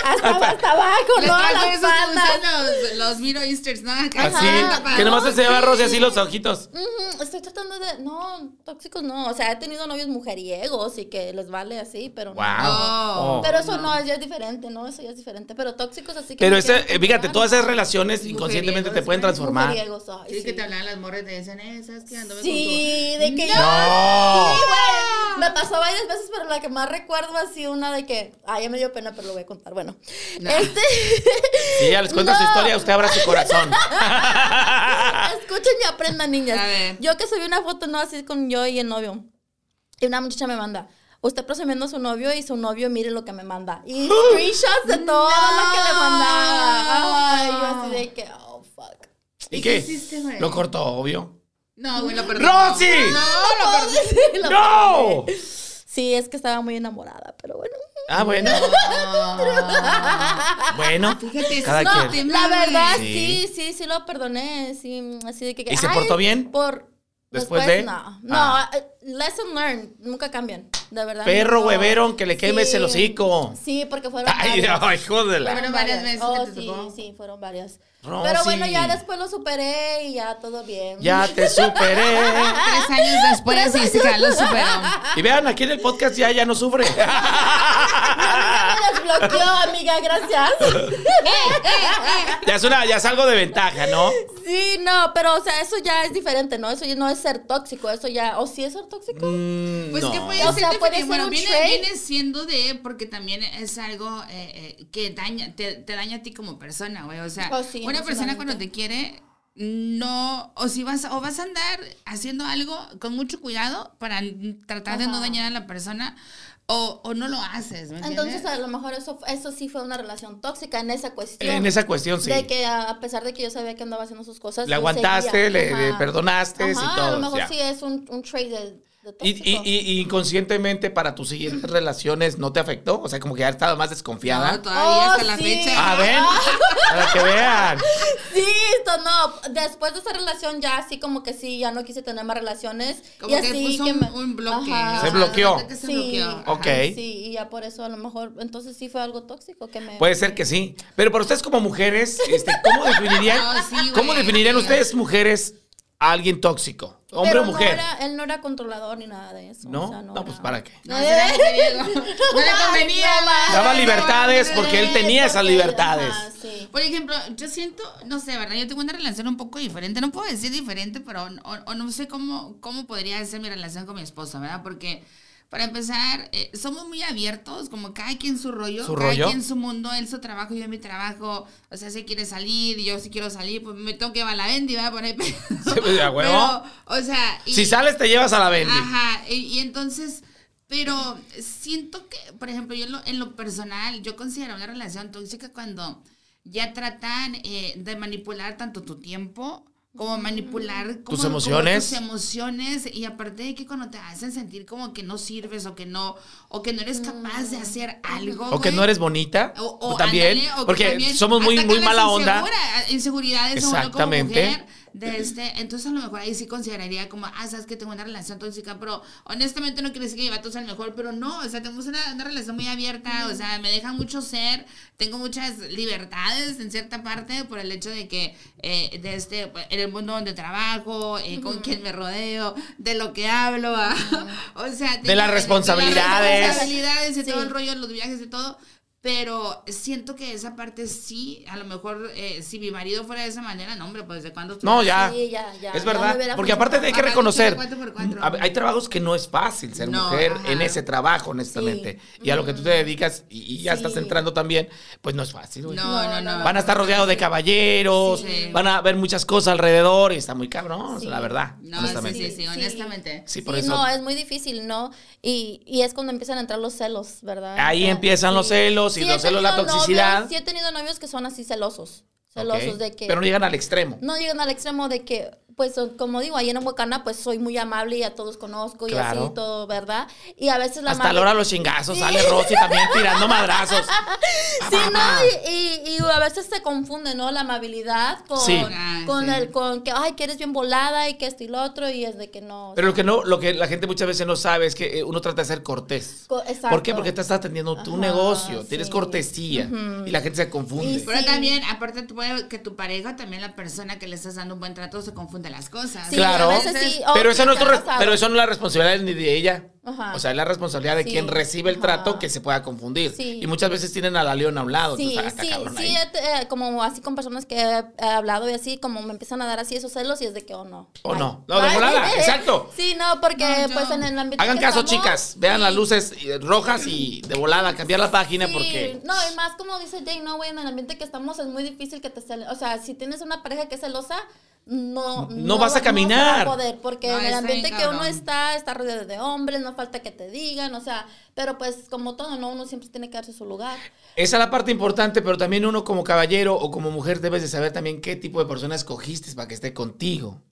Speaker 3: Hasta, hasta abajo,
Speaker 1: Le
Speaker 3: no a
Speaker 1: traigo
Speaker 3: las
Speaker 1: esos que usan
Speaker 3: patas.
Speaker 1: los, los Miro Easters, ¿no? Acá.
Speaker 2: Así.
Speaker 1: Ajá.
Speaker 2: Que nomás
Speaker 3: no,
Speaker 2: se va
Speaker 3: sí.
Speaker 2: roce así los ojitos.
Speaker 3: Ujú, Estoy tratando de. No, tóxicos no. O sea, he tenido novios mujeriegos y que les vale así, pero
Speaker 2: Wow.
Speaker 3: no.
Speaker 1: Oh.
Speaker 3: Pero eso no. ya es diferente, ¿no? Eso ya es diferente. Pero tóxicos así que.
Speaker 2: Pero
Speaker 3: me
Speaker 2: ese,
Speaker 3: quieren
Speaker 2: eh, fíjate,
Speaker 3: controlar.
Speaker 2: todas esas relaciones inconscientemente te pueden transformar.
Speaker 3: Mujeriegos, ay,
Speaker 1: Sí,
Speaker 3: sí.
Speaker 1: que te hablaban las morras y te decían, eh, ¿sabes qué? Anduve
Speaker 3: Sí, de que yo.
Speaker 2: No.
Speaker 3: Sí, güey. Me pasó varias veces, pero la que más recuerdo ha sido una de que. Ay, ya me dio pena, pero lo voy a contar. Bueno. Este.
Speaker 2: Si ella les cuenta su
Speaker 3: No.
Speaker 2: historia, usted abra su corazón.
Speaker 3: Escuchen y aprendan, niñas.
Speaker 1: A ver.
Speaker 3: Yo que subí una foto, no así con yo y el novio. Y una muchacha me manda. Usted presumiendo a su novio y su novio mire lo que me manda. Y screenshots de todo lo que le mandaba. Ay, yo así de que, oh, fuck.
Speaker 2: ¿Y
Speaker 1: ¿Y
Speaker 2: qué?
Speaker 1: qué hiciste, güey?
Speaker 2: Lo cortó, obvio.
Speaker 1: con tu- No, güey, lo perdí.
Speaker 2: ¡Rosy!
Speaker 3: No puedo decirlo.
Speaker 2: ¡No!
Speaker 3: Sí, es que estaba muy enamorada, pero bueno.
Speaker 2: Ah, bueno. Bueno,
Speaker 1: Fíjate,
Speaker 2: cada
Speaker 1: no,
Speaker 2: quien.
Speaker 1: te-
Speaker 3: La verdad,
Speaker 2: Sí.
Speaker 3: sí, sí, sí lo perdoné. Sí, así de que.
Speaker 2: ¿Y se
Speaker 3: ay,
Speaker 2: portó bien?
Speaker 3: Por.
Speaker 2: ¿Después
Speaker 3: Después,
Speaker 2: de?
Speaker 3: No, no,
Speaker 2: Ah.
Speaker 3: eh, lesson learned, nunca cambian, de verdad.
Speaker 2: Perro
Speaker 3: no.
Speaker 2: huevero, aunque le quemes el hocico.
Speaker 3: Sí, porque fueron
Speaker 2: Ay,
Speaker 3: varias.
Speaker 2: ay, jódela.
Speaker 1: Fueron varias veces
Speaker 3: Oh,
Speaker 1: que te
Speaker 3: sí,
Speaker 1: tocó.
Speaker 3: sí, fueron varias.
Speaker 2: Rosy.
Speaker 3: Pero bueno, ya después lo superé y ya todo bien.
Speaker 2: Ya te superé.
Speaker 1: Tres años después y sí, ya lo superó.
Speaker 2: Y vean, aquí en el podcast ya, ya no sufre. ah.
Speaker 3: Me desbloqueó, amiga, gracias.
Speaker 2: Ya es una, ya es algo de ventaja, ¿no?
Speaker 3: Sí, no, pero o sea, eso ya es diferente, ¿no? Eso ya no es ser tóxico, eso ya, o sí es ser tóxico.
Speaker 2: Mm,
Speaker 1: Pues
Speaker 2: no.
Speaker 1: que puede
Speaker 3: O
Speaker 1: ser,
Speaker 3: sea,
Speaker 1: de-
Speaker 3: puede ser
Speaker 1: bueno,
Speaker 3: un
Speaker 1: viene,
Speaker 3: trade.
Speaker 1: viene siendo de, porque también es algo eh, eh, que daña, te, te daña a ti como persona, güey. O sea,
Speaker 3: Oh, sí,
Speaker 1: una persona
Speaker 3: emocionalmente.
Speaker 1: cuando te quiere, no, o si vas, o vas a andar haciendo algo con mucho cuidado para tratar de no
Speaker 3: Ajá.
Speaker 1: dañar a la persona, o, o no lo haces, ¿me entiendes?
Speaker 3: Entonces, a lo mejor eso, eso sí fue una relación tóxica en esa cuestión.
Speaker 2: En esa cuestión, sí.
Speaker 3: De que a a pesar de que yo sabía que andaba haciendo sus cosas.
Speaker 2: Le
Speaker 3: yo
Speaker 2: aguantaste,
Speaker 3: seguía.
Speaker 2: le, le
Speaker 3: Ajá.
Speaker 2: perdonaste
Speaker 3: Ajá,
Speaker 2: y todo.
Speaker 3: A lo mejor
Speaker 2: ya.
Speaker 3: sí es un, un trait de, de
Speaker 2: Y,
Speaker 3: tóxico.
Speaker 2: y- y- y inconscientemente para tus siguientes relaciones no te afectó, o sea, como que ya estabas más desconfiada.
Speaker 1: No, todavía
Speaker 3: Oh,
Speaker 1: hasta la
Speaker 3: sí.
Speaker 1: fecha.
Speaker 2: a ver, para que vean.
Speaker 3: Sí, esto no. Después de esa relación ya así como que sí, ya no quise tener más relaciones.
Speaker 1: Como
Speaker 3: y
Speaker 1: que
Speaker 3: así
Speaker 1: puso
Speaker 3: que
Speaker 1: un,
Speaker 3: me-
Speaker 1: un bloque.
Speaker 3: Ajá.
Speaker 1: o
Speaker 2: Se
Speaker 1: sea,
Speaker 2: bloqueó.
Speaker 1: de que se
Speaker 3: Sí.
Speaker 1: bloqueó, ajá.
Speaker 2: Ok.
Speaker 3: Sí, y ya por eso a lo mejor, entonces sí fue algo tóxico que me...
Speaker 2: Puede ser que sí. Pero para ustedes como mujeres, este, ¿cómo definirían,
Speaker 1: No, sí, güey.
Speaker 2: ¿cómo definirían ustedes mujeres a alguien tóxico? Hombre
Speaker 3: Pero
Speaker 2: o mujer.
Speaker 3: No era, él no era controlador ni nada de eso.
Speaker 2: ¿No?
Speaker 3: o sea,
Speaker 2: no,
Speaker 3: no,
Speaker 2: pues
Speaker 3: era-
Speaker 2: para qué.
Speaker 1: No, ese era el que llegó. No le convenía.
Speaker 3: No, no,
Speaker 2: Daba
Speaker 3: no,
Speaker 2: libertades
Speaker 3: no,
Speaker 2: porque él tenía esas
Speaker 3: porque-
Speaker 2: libertades.
Speaker 3: ajá, sí.
Speaker 1: Por ejemplo, yo siento, no sé, ¿verdad? Yo tengo una relación un poco diferente. No puedo decir diferente, pero o, o no sé cómo, cómo podría ser mi relación con mi esposo, ¿verdad? Porque, para empezar, eh, somos muy abiertos, como cada quien su rollo,
Speaker 2: ¿Su
Speaker 1: cada
Speaker 2: rollo?
Speaker 1: quien su mundo, él su trabajo, yo mi trabajo. O sea, si quiere salir, yo si quiero salir, pues me tengo que ir a la vendi, ¿verdad? Por ahí.
Speaker 2: Sí, pues, a huevo.
Speaker 1: Pero, o sea... y-
Speaker 2: Si sales, te llevas a la Bendy.
Speaker 1: Ajá, y, y entonces, pero siento que, por ejemplo, yo en lo, en lo personal, yo considero una relación tóxica cuando ya tratan eh, de manipular tanto tu tiempo como manipular como- como
Speaker 2: emociones.
Speaker 1: tus emociones y aparte de que cuando te hacen sentir como que no sirves o que no o que no eres capaz de hacer algo
Speaker 2: O que
Speaker 1: güey.
Speaker 2: no eres bonita.
Speaker 1: O, o
Speaker 2: Pues también.
Speaker 1: ándale, o que
Speaker 2: porque
Speaker 1: también
Speaker 2: somos muy,
Speaker 1: atacan
Speaker 2: muy
Speaker 1: las
Speaker 2: mala onda.
Speaker 1: insegura- eh, Inseguridades a uno como
Speaker 2: Exactamente.
Speaker 1: mujer. De este, entonces a lo mejor ahí sí consideraría como, ah, sabes que tengo una relación tóxica, pero honestamente no quiere decir que mi vato sea el mejor, pero no, o sea, tenemos una, una relación muy abierta, o sea, me deja mucho ser, tengo muchas libertades en cierta parte por el hecho de que eh, de este, en el mundo donde trabajo, eh, con quien me rodeo, de lo que hablo, ah, o sea, tengo-
Speaker 2: las responsabilidades.
Speaker 1: responsabilidades y
Speaker 3: Sí.
Speaker 1: todo el rollo, los viajes y todo. Pero siento que esa parte sí, a lo mejor eh, si mi marido fuera de esa manera, no, hombre, pues de cuándo.
Speaker 2: No, ya.
Speaker 3: Sí, ya, ya,
Speaker 2: Es
Speaker 3: ya me
Speaker 2: verdad.
Speaker 3: hubiera
Speaker 2: porque aparte hay
Speaker 1: funcionado.
Speaker 2: que reconocer.
Speaker 1: Cuatro por cuatro.
Speaker 2: a ver, Hay trabajos que no es fácil ser
Speaker 1: No,
Speaker 2: mujer
Speaker 1: ajá.
Speaker 2: en ese trabajo, honestamente. Y a lo que tú te dedicas y, y ya estás
Speaker 3: Sí.
Speaker 2: entrando también, pues no es fácil. güey.
Speaker 1: No, no, no.
Speaker 2: Van a estar rodeados de caballeros,
Speaker 1: Sí.
Speaker 2: van a ver muchas cosas alrededor y está muy cabrón,
Speaker 3: Sí.
Speaker 2: la verdad.
Speaker 1: No, sí,
Speaker 2: honestamente.
Speaker 1: sí,
Speaker 2: Sí,
Speaker 1: sí, honestamente.
Speaker 2: por
Speaker 3: Sí,
Speaker 2: eso.
Speaker 3: no, es muy difícil, ¿no? Y, y es cuando empiezan a entrar los celos, ¿verdad?
Speaker 2: Ahí empiezan los celos y
Speaker 3: Sí,
Speaker 2: los
Speaker 3: he
Speaker 2: celos, la
Speaker 3: tenido
Speaker 2: toxicidad.
Speaker 3: novios- sí, he tenido novios que son así celosos.
Speaker 2: Ok.
Speaker 3: Celosos de que.
Speaker 2: Pero no llegan al extremo.
Speaker 3: no llegan al extremo de que, pues, o- como digo, ahí en Huacana, pues soy muy amable y a todos conozco y
Speaker 2: Claro.
Speaker 3: así todo, ¿verdad? Y a veces la
Speaker 2: Hasta la
Speaker 3: amable-
Speaker 2: hora de los chingazos sale Rosy también tirando madrazos.
Speaker 3: Sí, no, y, y- y a veces se confunde, ¿no? La amabilidad con,
Speaker 2: Sí.
Speaker 1: Ah,
Speaker 3: con
Speaker 1: sí.
Speaker 3: el con que, ay, que eres bien volada y que esto y lo otro, y es de que no. o
Speaker 2: Pero
Speaker 3: sea,
Speaker 2: lo que no, lo que la gente muchas veces no sabe es que eh, uno trata de ser cortés.
Speaker 3: co- exacto.
Speaker 2: ¿Por qué? Porque estás atendiendo tu
Speaker 3: Ajá,
Speaker 2: negocio, tienes
Speaker 3: sí.
Speaker 2: cortesía y la gente se confunde.
Speaker 3: Y-
Speaker 1: Pero
Speaker 3: Sí.
Speaker 1: también, aparte, tú puede que tu pareja, también la persona que le estás dando un buen trato, se confunde las cosas.
Speaker 3: Sí,
Speaker 2: claro,
Speaker 3: a veces sí. Oh,
Speaker 2: pero,
Speaker 3: sí,
Speaker 2: eso no es tu
Speaker 3: me ha
Speaker 2: res-
Speaker 3: pasado.
Speaker 2: pero eso no es la responsabilidad ni de ella.
Speaker 3: Ajá.
Speaker 2: O sea, es la responsabilidad de
Speaker 3: Sí,
Speaker 2: quien recibe el
Speaker 3: ajá.
Speaker 2: trato que se pueda confundir.
Speaker 3: Sí.
Speaker 2: Y muchas veces tienen a la leona a un lado.
Speaker 3: Sí,
Speaker 2: entonces, ah, está
Speaker 3: sí,
Speaker 2: cabrón
Speaker 3: sí,
Speaker 2: ahí.
Speaker 3: eh, eh, como así con personas que he, he hablado y así, como me empiezan a dar así esos celos y es de que, oh no.
Speaker 2: O
Speaker 3: Ay.
Speaker 2: no. No, de
Speaker 3: Ay.
Speaker 2: volada, exacto.
Speaker 3: Sí, no, porque
Speaker 1: No, yo-
Speaker 3: pues en el ámbito.
Speaker 2: Hagan
Speaker 3: que
Speaker 2: caso,
Speaker 3: estamos,
Speaker 2: chicas. Vean
Speaker 3: sí,
Speaker 2: las luces eh, rojas y de volada cambiar la página
Speaker 3: sí.
Speaker 2: porque.
Speaker 3: No, y más como dice Jane, no, güey, en el ambiente que estamos es muy difícil que te cele- O sea, si tienes una pareja que es celosa, no.
Speaker 2: No vas a
Speaker 3: se va
Speaker 2: caminar.
Speaker 3: poder, porque
Speaker 1: No,
Speaker 3: en el
Speaker 1: está bien
Speaker 3: ambiente que
Speaker 1: cabrón.
Speaker 3: uno está, está rodeado de hombres, no falta que te digan, o sea, pero pues como todo, ¿no? Uno siempre tiene que darse su lugar.
Speaker 2: Esa es la parte importante, pero también uno como caballero o como mujer debes de saber también qué tipo de persona escogiste para que esté contigo.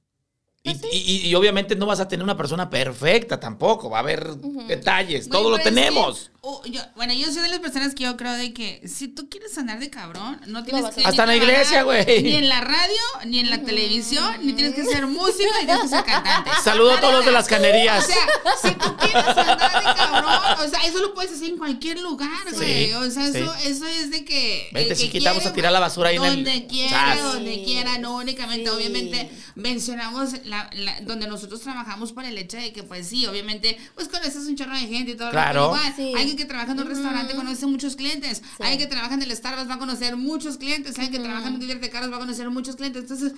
Speaker 2: Y, y- y- y obviamente no vas a tener una persona perfecta tampoco, va a haber detalles,
Speaker 1: Güey,
Speaker 2: todos lo
Speaker 1: pero es que,
Speaker 2: tenemos.
Speaker 1: oh, yo- bueno, yo soy de las personas que yo creo de que si tú quieres andar de cabrón, no tienes
Speaker 3: vas a
Speaker 1: que.
Speaker 2: hacer. Hasta en
Speaker 1: ni
Speaker 2: la iglesia,
Speaker 1: trabajar,
Speaker 2: güey.
Speaker 1: Ni en la radio, ni en la televisión, ni tienes que ser músico, ni tienes que ser cantante.
Speaker 2: Saludo a todos los de las
Speaker 1: O
Speaker 2: canerías.
Speaker 1: sea, si tú quieres andar de cabrón, o sea, eso lo puedes hacer en cualquier lugar, güey. o sea, eso,
Speaker 2: sí.
Speaker 1: eso es de que.
Speaker 2: Vente,
Speaker 1: el que
Speaker 2: chiquita, vamos a
Speaker 1: quiere,
Speaker 2: tirar la basura ahí en el-
Speaker 1: Donde quiera,
Speaker 2: Sas.
Speaker 1: donde
Speaker 3: Sí,
Speaker 1: quiera, no únicamente.
Speaker 3: sí.
Speaker 1: Obviamente, mencionamos la, la- donde nosotros trabajamos por el hecho de que, pues sí, obviamente, pues conoces un chorro de gente y todo.
Speaker 2: Claro.
Speaker 1: Lo que igual.
Speaker 3: Sí.
Speaker 1: Alguien que trabaja en un restaurante conoce muchos clientes. Alguien que trabaja en el Starbucks va a conocer muchos clientes. Alguien que trabaja en un dealer de carros va a conocer muchos clientes. Entonces.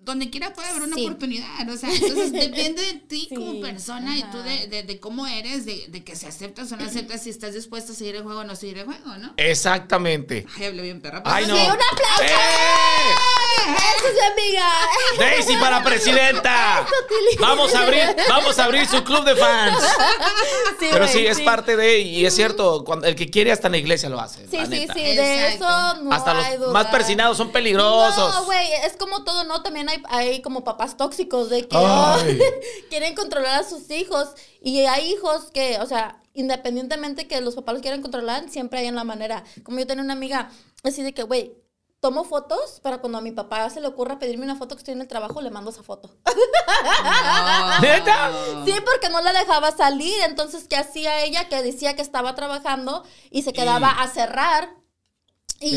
Speaker 1: Donde quiera puede haber una
Speaker 3: Sí.
Speaker 1: oportunidad, o sea, entonces depende de ti
Speaker 3: Sí,
Speaker 1: como persona y tú
Speaker 3: ajá.
Speaker 1: de, de- de cómo eres, de, de que si aceptas o no aceptas, si estás dispuesto a seguir el juego o no seguir el juego, ¿no?
Speaker 2: Exactamente.
Speaker 1: Ay, hablé bien perra.
Speaker 2: Ay, no.
Speaker 3: Sí, un aplauso.
Speaker 2: ¡Eh!
Speaker 3: Esa es mi amiga.
Speaker 2: Daisy para presidenta. Vamos a abrir, vamos a abrir su club de fans. Pero
Speaker 3: güey,
Speaker 2: sí, es parte de y es cierto, cuando el que quiere hasta en la iglesia lo hace.
Speaker 3: Sí,
Speaker 2: la
Speaker 3: sí,
Speaker 2: neta.
Speaker 3: sí, de
Speaker 1: Exacto.
Speaker 3: eso no
Speaker 2: hasta
Speaker 3: hay
Speaker 2: los
Speaker 3: duda.
Speaker 2: más persinados son peligrosos.
Speaker 3: No, güey, es como todo, ¿no? También hay, hay como papás tóxicos de que
Speaker 2: Ay.
Speaker 3: oh, quieren controlar a sus hijos. Y hay hijos que, o sea, independientemente que los papás los quieran controlar, siempre hay en la manera. Como yo tenía una amiga así de que, güey, tomo fotos para cuando a mi papá se le ocurra pedirme una foto que estoy en el trabajo, le mando esa foto.
Speaker 2: ¿Neta?
Speaker 3: Sí, porque no la dejaba salir. Entonces, ¿qué hacía ella? Que decía que estaba trabajando y se quedaba a cerrar. Y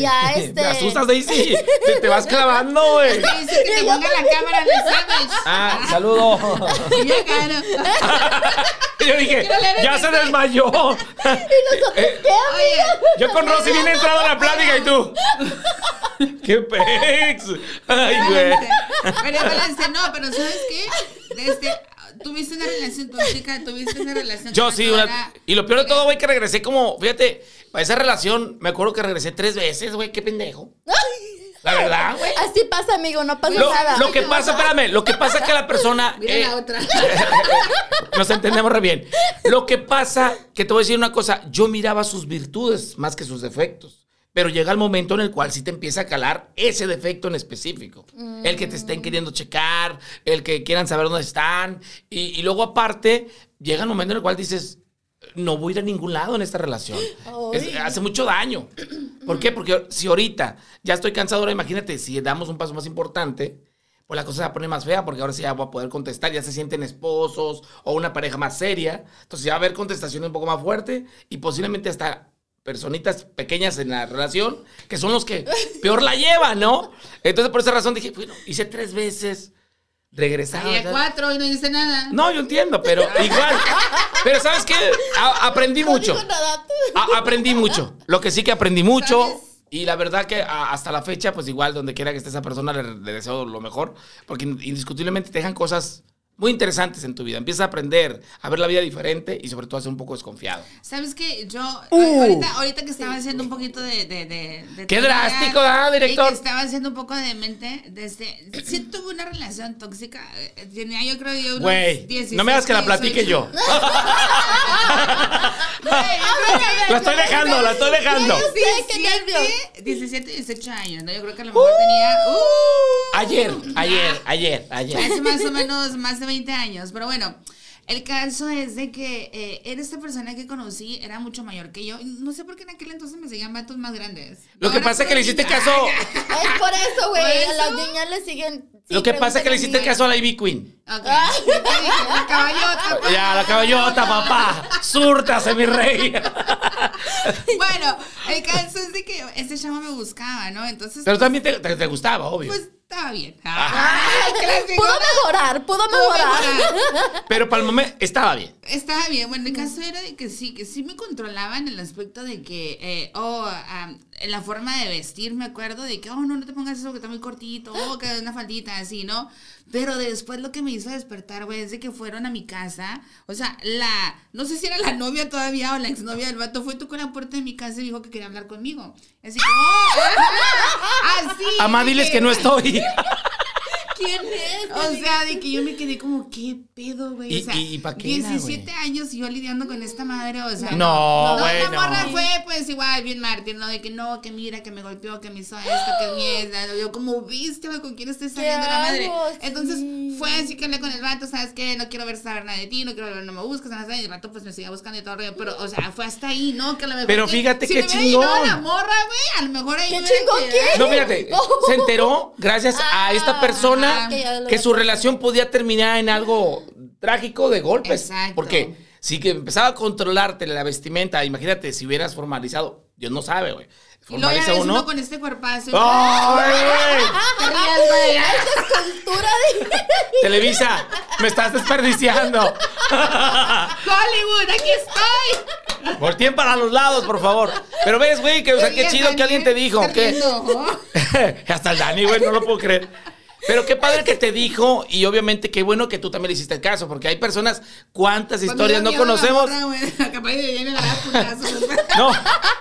Speaker 3: ya este.
Speaker 2: Te asustas, Daisy. Te, te vas clavando, güey.
Speaker 1: Te dice que te ponga la cámara en el sándwich.
Speaker 2: Ah, saludo.
Speaker 1: Y yo, claro.
Speaker 2: Yo dije,
Speaker 1: Quiero leer el
Speaker 2: ya se desmayó.
Speaker 3: ¿Y nosotros qué,
Speaker 1: Oye,
Speaker 3: amiga?
Speaker 2: Yo con Rosy bien entrada a la plática y tú. ¡Qué pex! Ay, güey.
Speaker 1: Pero yo dice, no, pero ¿sabes qué? Este, tuviste una relación con chica, tuviste una relación
Speaker 2: Yo
Speaker 1: con
Speaker 2: sí,
Speaker 1: otra,
Speaker 2: una- y lo peor de todo, güey, que regresé como, fíjate, para esa relación, me acuerdo que regresé tres veces, güey, qué pendejo. La verdad, güey.
Speaker 3: Así pasa, amigo, no pasa
Speaker 2: Lo,
Speaker 3: nada.
Speaker 2: lo que pasa, espérame, lo que pasa es que la persona.
Speaker 1: Mira
Speaker 2: eh,
Speaker 1: la otra.
Speaker 2: Nos entendemos re bien. Lo que pasa, que te voy a decir una cosa, yo miraba sus virtudes más que sus defectos, pero llega el momento en el cual sí te empieza a calar ese defecto en específico. El que te estén queriendo checar, el que quieran saber dónde están, y, y luego aparte, llega el momento en el cual dices, no voy a ir a ningún lado en esta relación. Es-
Speaker 3: Ay.
Speaker 2: hace mucho daño. ¿Por qué? Porque si ahorita ya estoy cansado, ahora imagínate, si damos un paso más importante, pues la cosa se va a poner más fea porque ahora sí ya voy a poder contestar, ya se sienten esposos o una pareja más seria. Entonces ya va a haber contestaciones un poco más fuerte y posiblemente hasta personitas pequeñas en la relación que son los que peor la llevan, ¿no? Entonces por esa razón dije, bueno, hice tres veces, regresaba.
Speaker 1: Y a
Speaker 2: ya-
Speaker 1: cuatro y no dice nada.
Speaker 2: No, yo entiendo, pero igual. Pero ¿sabes qué? A- aprendí
Speaker 3: No
Speaker 2: mucho.
Speaker 3: dijo nada.
Speaker 2: A- Ah, aprendí mucho. Lo que sí que aprendí mucho.
Speaker 1: ¿Sabes?
Speaker 2: Y la verdad que a- hasta la fecha, pues igual, donde quiera que esté esa persona, le, le deseo lo mejor. Porque in- indiscutiblemente te dejan cosas muy interesantes en tu vida. Empiezas a aprender, a ver la vida diferente y sobre todo a ser un poco desconfiado.
Speaker 1: ¿Sabes qué? Yo,
Speaker 2: Uh.
Speaker 1: ahorita, ahorita que estaba haciendo un poquito de... de, de, de
Speaker 2: Qué
Speaker 1: teoría
Speaker 2: drástico, ¿ah, director?
Speaker 1: Y que estaba haciendo un poco de mente, desde... Sí tuve una relación tóxica, eh, tenía yo creo yo unos
Speaker 2: Güey,
Speaker 1: 16,
Speaker 2: no me hagas que la
Speaker 1: 18.
Speaker 2: platique yo.
Speaker 1: Güey, yo creo que-
Speaker 2: La estoy dejando, la estoy dejando.
Speaker 3: Yo sé que nervios.
Speaker 1: 17, 17, 18 años, ¿no? Yo creo que a lo mejor tenía... uh,
Speaker 2: Ayer, ayer, ayer, ayer.
Speaker 1: Hace más o menos más de 20 años. Pero bueno, el caso es de que eh, era esta persona que conocí, era mucho mayor que yo. No sé por qué en aquel entonces me seguían vatos más grandes.
Speaker 2: Lo que
Speaker 1: Ahora
Speaker 2: pasa es que le
Speaker 1: puro
Speaker 2: hiciste
Speaker 1: niño.
Speaker 2: caso.
Speaker 3: Es por eso,
Speaker 1: ¿Por
Speaker 3: güey. A
Speaker 1: eso?
Speaker 3: las niñas le siguen. sí,
Speaker 2: Lo que pasa es que le
Speaker 3: preguntan
Speaker 2: hiciste
Speaker 3: a mí.
Speaker 2: caso a la Ivy Queen.
Speaker 1: Ok. La caballota. pues.
Speaker 2: Ya, la caballota, papá. Súrtase, mi rey.
Speaker 1: Bueno, el caso es de que este chamo me buscaba, ¿no? Entonces,
Speaker 2: Pero también te, te- te gustaba, obvio.
Speaker 1: pues estaba bien.
Speaker 2: Ajá.
Speaker 1: Ay, clásico.
Speaker 3: Pudo mejorar, pudo mejorar.
Speaker 2: Pero para el momento estaba bien.
Speaker 1: Estaba bien, bueno, el caso era de que sí, que sí me controlaban en el aspecto de que, eh, oh, am, en la forma de vestir, me acuerdo de que, oh, no, no te pongas eso que está muy cortito, oh, que una faldita, así, ¿no? Pero después lo que me hizo despertar, güey, es de que fueron a mi casa, o sea, la, no sé si era la novia todavía o la exnovia del vato, fue tocó la puerta de mi casa y dijo que quería hablar conmigo. Así que, oh, así.
Speaker 2: Amá, diles que no estoy.
Speaker 3: ¿Quién es?
Speaker 1: O sea, de que yo me quedé como, ¿qué pedo, güey?
Speaker 2: ¿Y-
Speaker 1: O sea,
Speaker 2: y- y pa' qué era,
Speaker 1: 17 años y yo lidiando con esta madre, o sea.
Speaker 2: No,
Speaker 1: La morra
Speaker 2: bueno.
Speaker 1: fue, pues, igual, bien mártir, ¿no? De que no, que mira, que me golpeó, que me hizo esto, que mierda. Yo, como, viste, güey, con quién estoy saliendo la madre.
Speaker 3: hago?
Speaker 1: Entonces,
Speaker 3: Sí.
Speaker 1: fue así que hablé con el vato, ¿sabes qué? No quiero ver saber nada de ti, no quiero ver, no me buscas, nada de Y el vato, pues, me seguía buscando y todo el rollo. Pero, o sea, fue hasta ahí, ¿no? Que a lo mejor.
Speaker 2: Pero
Speaker 1: que-
Speaker 2: fíjate
Speaker 1: si
Speaker 2: qué
Speaker 1: me hubiera llegado
Speaker 2: chingón.
Speaker 1: la morra, güey, a lo mejor ahí.
Speaker 3: ¿Qué
Speaker 1: me hubiera
Speaker 3: chingón
Speaker 1: quedado.
Speaker 3: qué?
Speaker 2: No, fíjate, se enteró gracias a esta persona
Speaker 1: Ah,
Speaker 3: que ya lo
Speaker 2: que su
Speaker 3: había-
Speaker 2: relación podía terminar en algo trágico de golpes.
Speaker 1: Exacto.
Speaker 2: Porque si que empezaba a controlarte la vestimenta, imagínate si hubieras formalizado, Dios no sabe, güey.
Speaker 1: Y luego ya
Speaker 2: Formaliza
Speaker 1: ves uno
Speaker 2: uno.
Speaker 1: con este cuerpazo. y-
Speaker 2: ¡Ah! ¡Ay,
Speaker 1: Te
Speaker 2: güey!
Speaker 1: rías, güey.
Speaker 3: Esta es cultura de.
Speaker 2: Televisa, me estás desperdiciando.
Speaker 1: Hollywood, aquí estoy.
Speaker 2: Volteen para los lados, por favor. Pero ves, güey, que o sea, qué chido que alguien te dijo.
Speaker 1: Está
Speaker 2: Que,
Speaker 1: riendo, ¿no?
Speaker 2: Hasta el Dani, güey, no lo puedo creer. Pero qué padre que te dijo y obviamente qué bueno que tú también le hiciste el caso, porque hay personas, cuántas historias
Speaker 1: Cuando yo
Speaker 2: no
Speaker 1: miedo a la
Speaker 2: conocemos.
Speaker 1: morra, güey, Capaz de viene a dar putazos.
Speaker 2: No,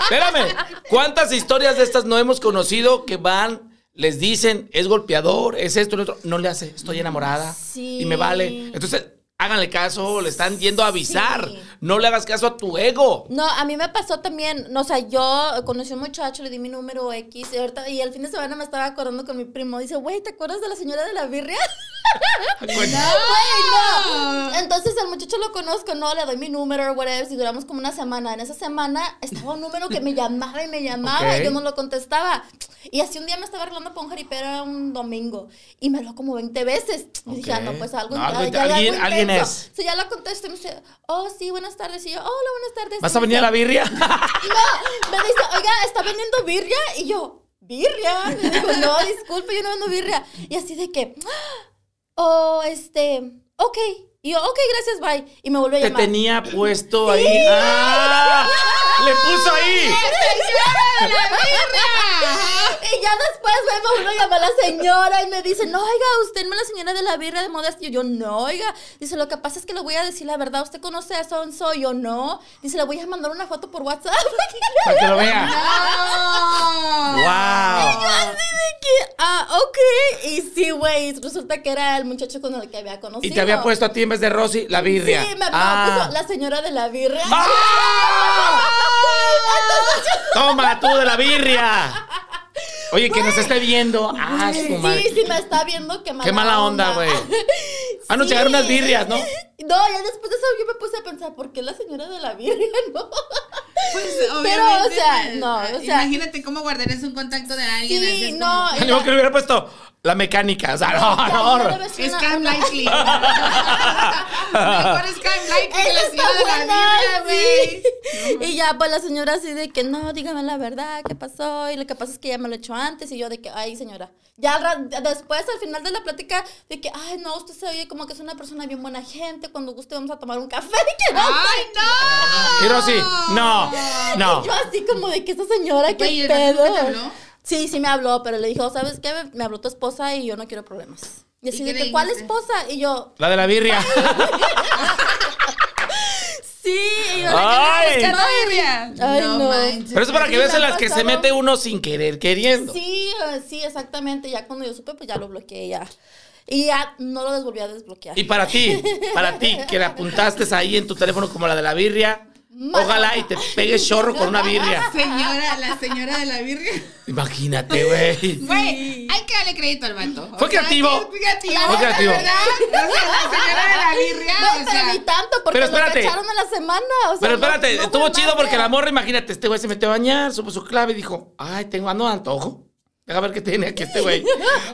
Speaker 2: espérame, cuántas historias de estas no hemos conocido que van, les dicen, es golpeador, es esto, lo otro, no le hace, estoy enamorada
Speaker 3: Sí.
Speaker 2: y me vale. Entonces, háganle caso, le están yendo a avisar.
Speaker 3: Sí.
Speaker 2: No le hagas caso a tu ego.
Speaker 3: No, a mí me pasó también, no, o sea, yo conocí a un muchacho, le di mi número X y, ahorita, y el fin de semana me estaba acordando con mi primo. Dice, güey, ¿te acuerdas de la señora de la birria?
Speaker 2: Ah.
Speaker 3: Güey, no. Entonces el muchacho lo conozco, no, le doy mi número, whatever, y duramos como una semana. En esa semana estaba un número que me llamaba y me llamaba
Speaker 2: Ok.
Speaker 3: y yo no lo contestaba. Y así un día me estaba arreglando para un jaripeo, era un domingo, y me habló como 20 veces. Y dije,
Speaker 2: Ok.
Speaker 3: ah, no, pues algo,
Speaker 2: No,
Speaker 3: ya-
Speaker 2: algo-
Speaker 3: ya- ya
Speaker 2: alguien-
Speaker 3: algo
Speaker 2: alguien
Speaker 3: intenso.
Speaker 2: es.
Speaker 3: So, ya lo contesté, me dice, oh, sí, buenas tardes. Y yo, hola, buenas tardes.
Speaker 2: ¿Vas
Speaker 3: Y
Speaker 2: a
Speaker 3: me
Speaker 2: venir a
Speaker 3: dice,
Speaker 2: la birria?
Speaker 3: no, me dice, oiga, ¿está vendiendo birria? Y yo, ¿birria? Le digo, no, disculpe, yo no vendo birria. Y así de que, "Ah, oh, este, ok. Y yo, ok, gracias, bye. Y me volvió a
Speaker 2: Te
Speaker 3: llamar.
Speaker 2: tenía puesto ahí. ¡Ah! ¡Le puso ahí!
Speaker 3: Y ya después me volvió a llamar la señora y me dice, no, oiga, usted no es la señora de la birria de Modesto. Y yo, no, oiga. Dice, lo que pasa es que le voy a decir la verdad. ¿Usted conoce a Sonso? Yo, no. Dice, le voy a mandar una foto por WhatsApp.
Speaker 2: Para que lo vea.
Speaker 1: ¡Ah!
Speaker 3: Y yo
Speaker 2: ¡Wow!
Speaker 3: así de que, ah, ok. Y sí, güey, resulta que era el muchacho con el que había conocido.
Speaker 2: Y te había puesto a ti en vez de Rosy la
Speaker 3: Sí,
Speaker 2: birria.
Speaker 3: me, me
Speaker 2: Ah.
Speaker 3: puso la señora de la birria.
Speaker 2: ¡Ah!
Speaker 3: Entonces yo-
Speaker 2: Toma tú de la birria. Oye, que nos esté viendo. Ah, su madre.
Speaker 3: Sí, sí, me está viendo, qué mala
Speaker 2: Qué mala onda, güey. Ah, nos
Speaker 3: Sí.
Speaker 2: llegaron unas birrias, ¿no?
Speaker 3: No, ya después de eso yo me puse a pensar, ¿por qué la señora de la birria no?
Speaker 1: Pues,
Speaker 3: Pero, o sea,
Speaker 1: obviamente,
Speaker 3: no, o
Speaker 1: eh,
Speaker 3: sea-
Speaker 1: Imagínate cómo guardarías un contacto de alguien. así
Speaker 3: Sí,
Speaker 1: es
Speaker 3: no.
Speaker 1: como-
Speaker 3: y
Speaker 2: Ni
Speaker 3: la-
Speaker 2: modo que le hubiera puesto la mecánica. O sea, no,
Speaker 3: ya, ya
Speaker 2: no.
Speaker 3: debe ser
Speaker 1: Es
Speaker 3: una-
Speaker 1: Cam
Speaker 3: una-
Speaker 1: Lightly. Mejor es Cam Lightly que la
Speaker 3: Esa está
Speaker 1: señora de la
Speaker 3: buena,
Speaker 1: Biblia, güey.
Speaker 3: sí. Y ya, pues la señora así de que no, dígame la verdad, ¿qué pasó? Y lo que pasa es que ya me lo echó antes y yo de que, ay, señora. Ya al ra- después, al final de la plática, de que, ay, no, usted se oye como que es una persona bien buena gente, cuando guste vamos a tomar un café. Y que no.
Speaker 1: ¡Ay, no!
Speaker 2: Y Rosy, no, no.
Speaker 3: Y yo así como de que esta
Speaker 1: Güey,
Speaker 3: señora,
Speaker 1: ¿y
Speaker 3: ¿qué
Speaker 1: el ratito
Speaker 3: pedo?
Speaker 1: que te habló?
Speaker 3: Sí, sí me habló, pero le dijo, ¿sabes qué? Me- Me habló tu esposa y yo no quiero problemas. Y así
Speaker 1: qué
Speaker 3: de
Speaker 1: le
Speaker 3: que, ¿cuál
Speaker 1: dijiste?
Speaker 3: esposa? Y yo,
Speaker 2: La de la birria.
Speaker 3: sí, y yo de que,
Speaker 2: Ay.
Speaker 3: "No,
Speaker 1: No, Biblia.
Speaker 3: Ay, no.
Speaker 1: manches.
Speaker 2: Pero eso para que veas en las que se
Speaker 3: pasado.
Speaker 2: mete uno sin querer, queriendo.
Speaker 3: Sí, eh, sí, exactamente. Ya cuando yo supe, pues ya lo bloqueé ya. Y ya no lo volví a desbloquear.
Speaker 2: Y para ti, para ti, que la apuntaste ahí en tu teléfono como la de la birria, ojalá y te pegues chorro con una birria.
Speaker 1: Señora, la señora de la Virgen.
Speaker 2: Imagínate, güey.
Speaker 1: Güey, hay que darle crédito al vato.
Speaker 2: Fue
Speaker 1: O sea,
Speaker 2: creativo.
Speaker 1: Fue creativo.
Speaker 2: Fue creativo.
Speaker 1: ¿verdad? O sea, la señora de la birria.
Speaker 3: No,
Speaker 1: o
Speaker 3: pero
Speaker 1: sea,
Speaker 3: ni tanto, porque
Speaker 2: Pero espérate.
Speaker 3: lo cacharon en la semana. o sea,
Speaker 2: Pero
Speaker 3: no-
Speaker 2: espérate,
Speaker 3: no fue
Speaker 2: estuvo
Speaker 3: más
Speaker 2: chido porque
Speaker 3: de-
Speaker 2: la morra, imagínate, este güey se metió a bañar, supo su clave y dijo, ay, tengo ando de antojo. Deja ver qué tiene aquí este güey.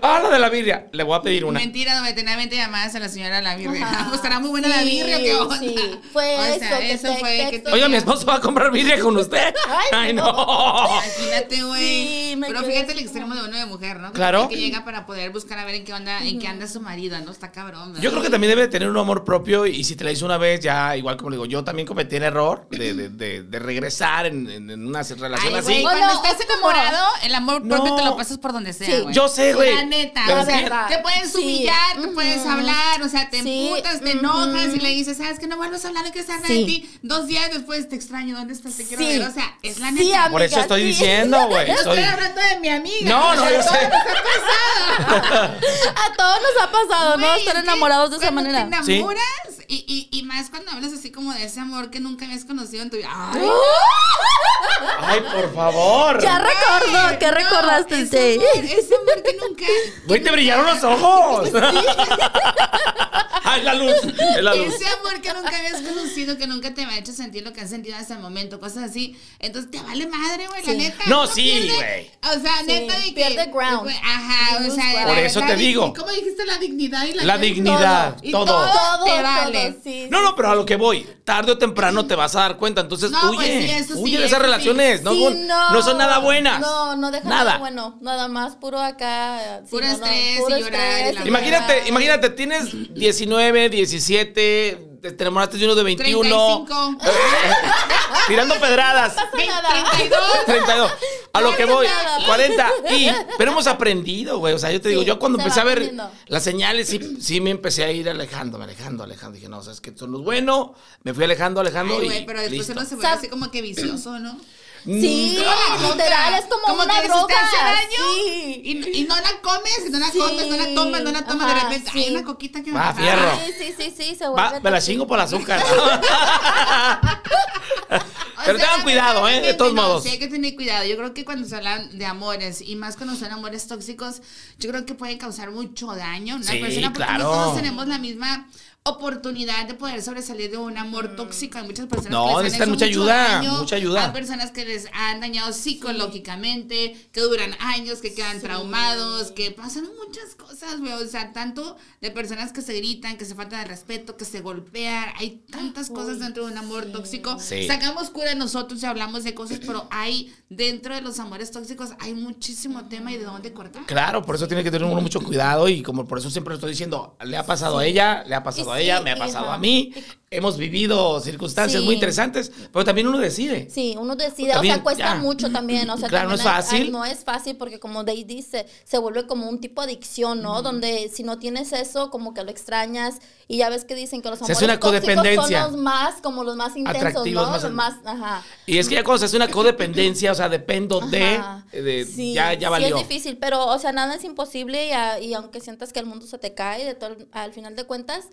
Speaker 2: Ah, la de la birria. Le voy a pedir una.
Speaker 1: Mentira, donde tenía 20 llamadas a la señora de la birria.
Speaker 3: Ajá.
Speaker 1: Pues estará muy buena la
Speaker 3: Sí,
Speaker 1: birria, ¿qué onda?
Speaker 3: sí. Fue
Speaker 1: o sea,
Speaker 3: eso,
Speaker 1: eso
Speaker 3: que
Speaker 1: fue.
Speaker 3: te-
Speaker 1: Que
Speaker 3: texto.
Speaker 2: Oiga, mi esposo va a comprar birria con usted.
Speaker 3: Ay,
Speaker 2: Ay, no.
Speaker 1: Imagínate, güey.
Speaker 3: Sí, me
Speaker 1: Pero
Speaker 3: quedé
Speaker 1: fíjate el
Speaker 3: así
Speaker 1: extremo de uno de mujer, ¿no? Que
Speaker 2: Claro.
Speaker 1: Que llega para poder buscar a ver en qué onda, en qué anda su marido, ¿no? Está cabrón. ¿verdad?
Speaker 2: Yo creo que también debe de tener un amor propio y si te la hizo una vez, ya igual como le digo, yo también cometí el error de, de- de- de regresar en, en- en una
Speaker 1: Ay,
Speaker 2: relación
Speaker 1: güey,
Speaker 2: así.
Speaker 1: cuando
Speaker 3: Bueno,
Speaker 1: estás
Speaker 3: es como-
Speaker 1: enamorado, el amor propio
Speaker 2: No.
Speaker 1: te lo pasas por donde sea,
Speaker 3: Sí.
Speaker 1: güey.
Speaker 2: Yo sé, güey.
Speaker 1: La neta.
Speaker 2: Pero
Speaker 1: o
Speaker 2: es que-
Speaker 1: sea, te puedes
Speaker 3: Sí.
Speaker 1: humillar, te
Speaker 3: Ujú.
Speaker 1: puedes hablar, o sea, te
Speaker 3: Sí,
Speaker 1: emputas, te
Speaker 3: ujú.
Speaker 1: enojas y le dices, ¿sabes que No vuelvas a hablar, no quiero saber
Speaker 3: Sí.
Speaker 1: de ti. Dos días después te extraño, ¿dónde estás? Te quiero
Speaker 3: Sí.
Speaker 1: ver. O sea, es la
Speaker 3: Sí,
Speaker 1: neta.
Speaker 3: amiga,
Speaker 2: Por eso estoy
Speaker 3: sí.
Speaker 2: diciendo, güey.
Speaker 1: Yo
Speaker 2: soy-
Speaker 1: estoy hablando de mi amiga.
Speaker 2: No, no,
Speaker 1: o sea,
Speaker 2: yo sé.
Speaker 1: todo nos ha pasado.
Speaker 3: A todos nos ha pasado, ¿no?
Speaker 1: Güey,
Speaker 3: Estar
Speaker 1: es que
Speaker 3: enamorados de esa
Speaker 1: cuando
Speaker 3: manera.
Speaker 1: Te
Speaker 2: Sí.
Speaker 1: enamoras y, y, y más cuando hablas así como de ese amor que nunca habías conocido en tu vida. Ay,
Speaker 2: Ay, por favor.
Speaker 3: Ya recordó, ¡Oh! ¿qué
Speaker 1: no,
Speaker 3: recordaste?
Speaker 1: Ese amor, ese amor que nunca.
Speaker 2: Güey, te brillaron los ojos. Ay, la luz. Es la luz.
Speaker 1: Ese amor que nunca habías conocido, que nunca te había hecho sentir lo que has sentido hasta el momento, cosas así. Entonces te vale madre, güey, la
Speaker 3: Sí.
Speaker 1: neta.
Speaker 2: No,
Speaker 1: uno
Speaker 2: sí,
Speaker 1: pierde-
Speaker 2: güey.
Speaker 1: O sea, neta, de que.
Speaker 3: pierde ground.
Speaker 1: Ajá, o
Speaker 3: Lose
Speaker 1: sea.
Speaker 3: ground.
Speaker 2: Por eso te
Speaker 1: di-
Speaker 2: digo.
Speaker 1: ¿Cómo dijiste la dignidad y la
Speaker 2: La dignidad,
Speaker 1: Y
Speaker 2: todo.
Speaker 3: Todo,
Speaker 1: te
Speaker 3: todo,
Speaker 1: vale.
Speaker 3: sí,
Speaker 2: No, no, pero a lo que voy, tarde o temprano te vas a dar cuenta. Entonces,
Speaker 1: No,
Speaker 2: huye.
Speaker 1: pues sí, eso sí,
Speaker 2: huye
Speaker 1: eso
Speaker 2: de esas
Speaker 1: sí.
Speaker 2: relaciones. No,
Speaker 3: Sí,
Speaker 2: no, son nada buenas.
Speaker 3: No, no deja nada.
Speaker 2: nada.
Speaker 3: bueno. Nada más puro acá. eh, sí,
Speaker 1: Puro
Speaker 3: no, no,
Speaker 1: estrés y llorar y la
Speaker 3: y
Speaker 2: Imagínate,
Speaker 3: llorar.
Speaker 2: imagínate, tienes 19, 17, te te enamoraste de uno de 21.
Speaker 1: 35.
Speaker 2: Tirando pedradas.
Speaker 3: No pasa nada.
Speaker 1: 32.
Speaker 2: 32. A lo que
Speaker 3: No
Speaker 2: voy,
Speaker 3: pasa nada.
Speaker 2: 40. Y, pero hemos aprendido, güey. O sea, yo te digo,
Speaker 3: Sí,
Speaker 2: yo cuando
Speaker 3: se
Speaker 2: empecé
Speaker 3: va
Speaker 2: a ver
Speaker 3: aprendiendo.
Speaker 2: las señales, sí, sí me empecé a ir alejando, me alejando, alejando. Dije, no, sabes que esto no es bueno. Me fui alejando, alejando.
Speaker 1: Ay,
Speaker 2: y
Speaker 1: güey, pero después
Speaker 2: listo. Mm,
Speaker 1: uno se
Speaker 3: Sab-
Speaker 1: vuelve así como que vicioso, ¿no?
Speaker 3: Sí,
Speaker 1: Droga.
Speaker 3: literal, es como,
Speaker 1: Como
Speaker 3: una
Speaker 1: que
Speaker 3: droga.
Speaker 1: resistencia al daño.
Speaker 3: Sí.
Speaker 1: Y, y no la comes, no la
Speaker 3: Sí.
Speaker 1: comes, no la tomas, no la tomas. de
Speaker 3: Ajá,
Speaker 1: repente,
Speaker 3: sí.
Speaker 1: hay una coquita que me
Speaker 2: Va,
Speaker 1: pasa.
Speaker 2: fierro.
Speaker 3: Sí, sí, sí, sí, se vuelve.
Speaker 2: Ah. Va, me la
Speaker 3: tóxico.
Speaker 2: chingo por azúcar.
Speaker 1: O
Speaker 2: Pero
Speaker 1: sea,
Speaker 2: tengan cuidado, ¿eh?
Speaker 1: realmente
Speaker 2: De todos
Speaker 1: no,
Speaker 2: modos.
Speaker 1: Sí, hay que tener cuidado. Yo creo que cuando se hablan de amores y más cuando son amores tóxicos, yo creo que pueden causar mucho daño a una
Speaker 2: Sí,
Speaker 1: persona porque no
Speaker 2: claro.
Speaker 1: todos tenemos la misma oportunidad de poder sobresalir de un amor tóxico. Hay muchas personas
Speaker 2: No,
Speaker 1: que les han hecho
Speaker 2: necesitan mucha
Speaker 1: mucho
Speaker 2: ayuda,
Speaker 1: daño.
Speaker 2: mucha ayuda.
Speaker 1: Hay personas que les han dañado psicológicamente, que duran años, que quedan traumados, que pasan muchas cosas, güey. O sea, tanto de personas que se gritan, que se faltan de respeto, que se golpean. Hay tantas cosas dentro de un amor tóxico.
Speaker 2: Sí.
Speaker 1: Sacamos cura nosotros y hablamos de cosas, pero hay dentro de los amores tóxicos hay muchísimo tema y de dónde cortar.
Speaker 2: Claro, por eso tiene que tener uno mucho cuidado y como por eso siempre lo estoy diciendo, le ha pasado a ella, le ha pasado
Speaker 3: Y
Speaker 2: a
Speaker 3: sí,
Speaker 2: ella, me ha
Speaker 3: y
Speaker 2: pasado
Speaker 3: ajá.
Speaker 2: a mí, hemos vivido circunstancias
Speaker 3: Sí.
Speaker 2: muy interesantes, pero también uno decide.
Speaker 3: Sí, uno decide, o
Speaker 2: También,
Speaker 3: sea, cuesta
Speaker 2: ya.
Speaker 3: mucho también, o sea,
Speaker 2: Claro, no
Speaker 3: también
Speaker 2: es
Speaker 3: hay- hay-
Speaker 2: fácil.
Speaker 3: no es fácil porque como Day dice, se vuelve como un tipo de adicción, ¿no? Donde si no tienes eso, como que lo extrañas y ya ves que dicen que los
Speaker 2: Se hace
Speaker 3: amores
Speaker 2: una
Speaker 3: tóxicos
Speaker 2: codependencia.
Speaker 3: son los más, como los más intensos,
Speaker 2: Atractivos,
Speaker 3: ¿no?
Speaker 2: más-
Speaker 3: Los más, ajá.
Speaker 2: Y es que ya cuando se hace una codependencia, o sea, dependo de,
Speaker 3: Ajá.
Speaker 2: de-
Speaker 3: Sí,
Speaker 2: ya, ya
Speaker 3: Sí,
Speaker 2: valió.
Speaker 3: es difícil, pero, o sea, nada es imposible y, a- y aunque sientas que el mundo se te cae, de todo, al final de cuentas,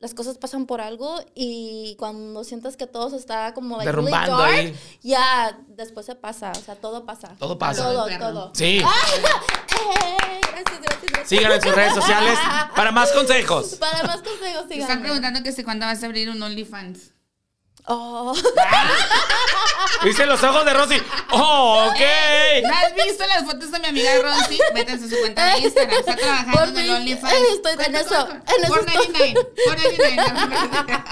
Speaker 3: las cosas pasan por algo y cuando sientas que todo se está como like, really
Speaker 2: Derrumbando
Speaker 3: dark,
Speaker 2: ahí.
Speaker 3: ya después se pasa, o sea, todo pasa.
Speaker 2: Todo pasa.
Speaker 3: Todo,
Speaker 1: Ay, perro.
Speaker 3: todo.
Speaker 2: Sí,
Speaker 3: Eh, gracias, gracias, gracias.
Speaker 2: sigan en sus redes sociales para más consejos.
Speaker 3: Para más consejos,
Speaker 1: Te están
Speaker 3: síganme.
Speaker 1: preguntando que si cuándo vas a abrir un OnlyFans.
Speaker 3: Oh.
Speaker 2: Dice los ojos de Rosy. Oh, ok.
Speaker 1: ¿No has visto las fotos de mi amiga Rosy? Métanse a su cuenta de Instagram. Está trabajando
Speaker 3: Por
Speaker 1: en el
Speaker 3: fin,
Speaker 1: OnlyFans.
Speaker 3: eh, estoy en
Speaker 1: Cuenta
Speaker 3: eso,
Speaker 1: con-
Speaker 3: en eso
Speaker 1: Por
Speaker 3: estoy.
Speaker 1: 99. Por 99.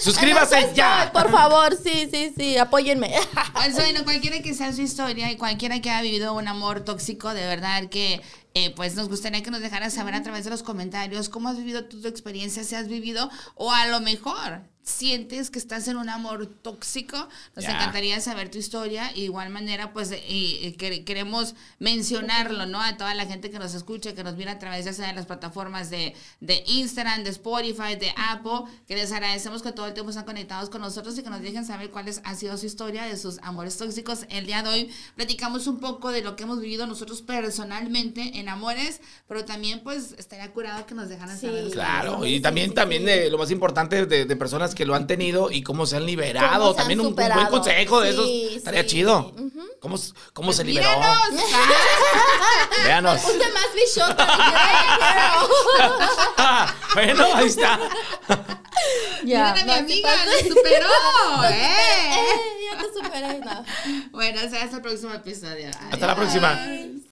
Speaker 2: Suscríbase ya.
Speaker 3: Por favor, sí, sí, sí, apóyenme.
Speaker 1: Pues bueno, cualquiera que sea su historia y cualquiera que haya vivido un amor tóxico, de verdad que eh, pues nos gustaría que nos dejaran saber a través de los comentarios cómo has vivido tu, tu experiencia, si has vivido o a lo mejor sientes que estás en un amor tóxico, nos
Speaker 2: Ya.
Speaker 1: encantaría saber tu historia. De igual manera, pues eh, eh, quer- queremos mencionarlo, ¿no? A toda la gente que nos escucha, que nos mira a través ya sea de las plataformas de, de Instagram, de Spotify, de Apple, que les agradecemos que todo el tiempo están conectados con nosotros y que nos dejen saber cuál es- ha sido su historia de sus amores tóxicos. El día de hoy platicamos un poco de lo que hemos vivido nosotros personalmente en amores, pero también pues estaría curado que nos dejaran
Speaker 3: Sí.
Speaker 1: saber.
Speaker 2: Claro, y
Speaker 3: Sí,
Speaker 2: también,
Speaker 3: sí, sí,
Speaker 2: también
Speaker 3: sí.
Speaker 2: eh, lo más importante de, de personas que lo han tenido y cómo se han liberado.
Speaker 3: Cómo se han
Speaker 2: también un- un, buen
Speaker 3: superado.
Speaker 2: consejo de esos.
Speaker 3: Sí, Pues
Speaker 2: Estaría
Speaker 3: sí.
Speaker 2: chido. ¿Cómo, s- cómo se liberó?
Speaker 1: ¡Míranos!
Speaker 2: Véanos.
Speaker 3: Usted más bichota. dije, "Ay,
Speaker 2: Ah, bueno, ahí está.
Speaker 3: girl".
Speaker 1: ¡Miren a mi
Speaker 3: no, sí
Speaker 1: amiga!
Speaker 3: pasa.
Speaker 1: ¡Nos superó! ¡Eh!
Speaker 3: Eh, ya te superé, no.
Speaker 1: Bueno, o sea, hasta el próximo episodio.
Speaker 2: Hasta la próxima.
Speaker 1: Adiós.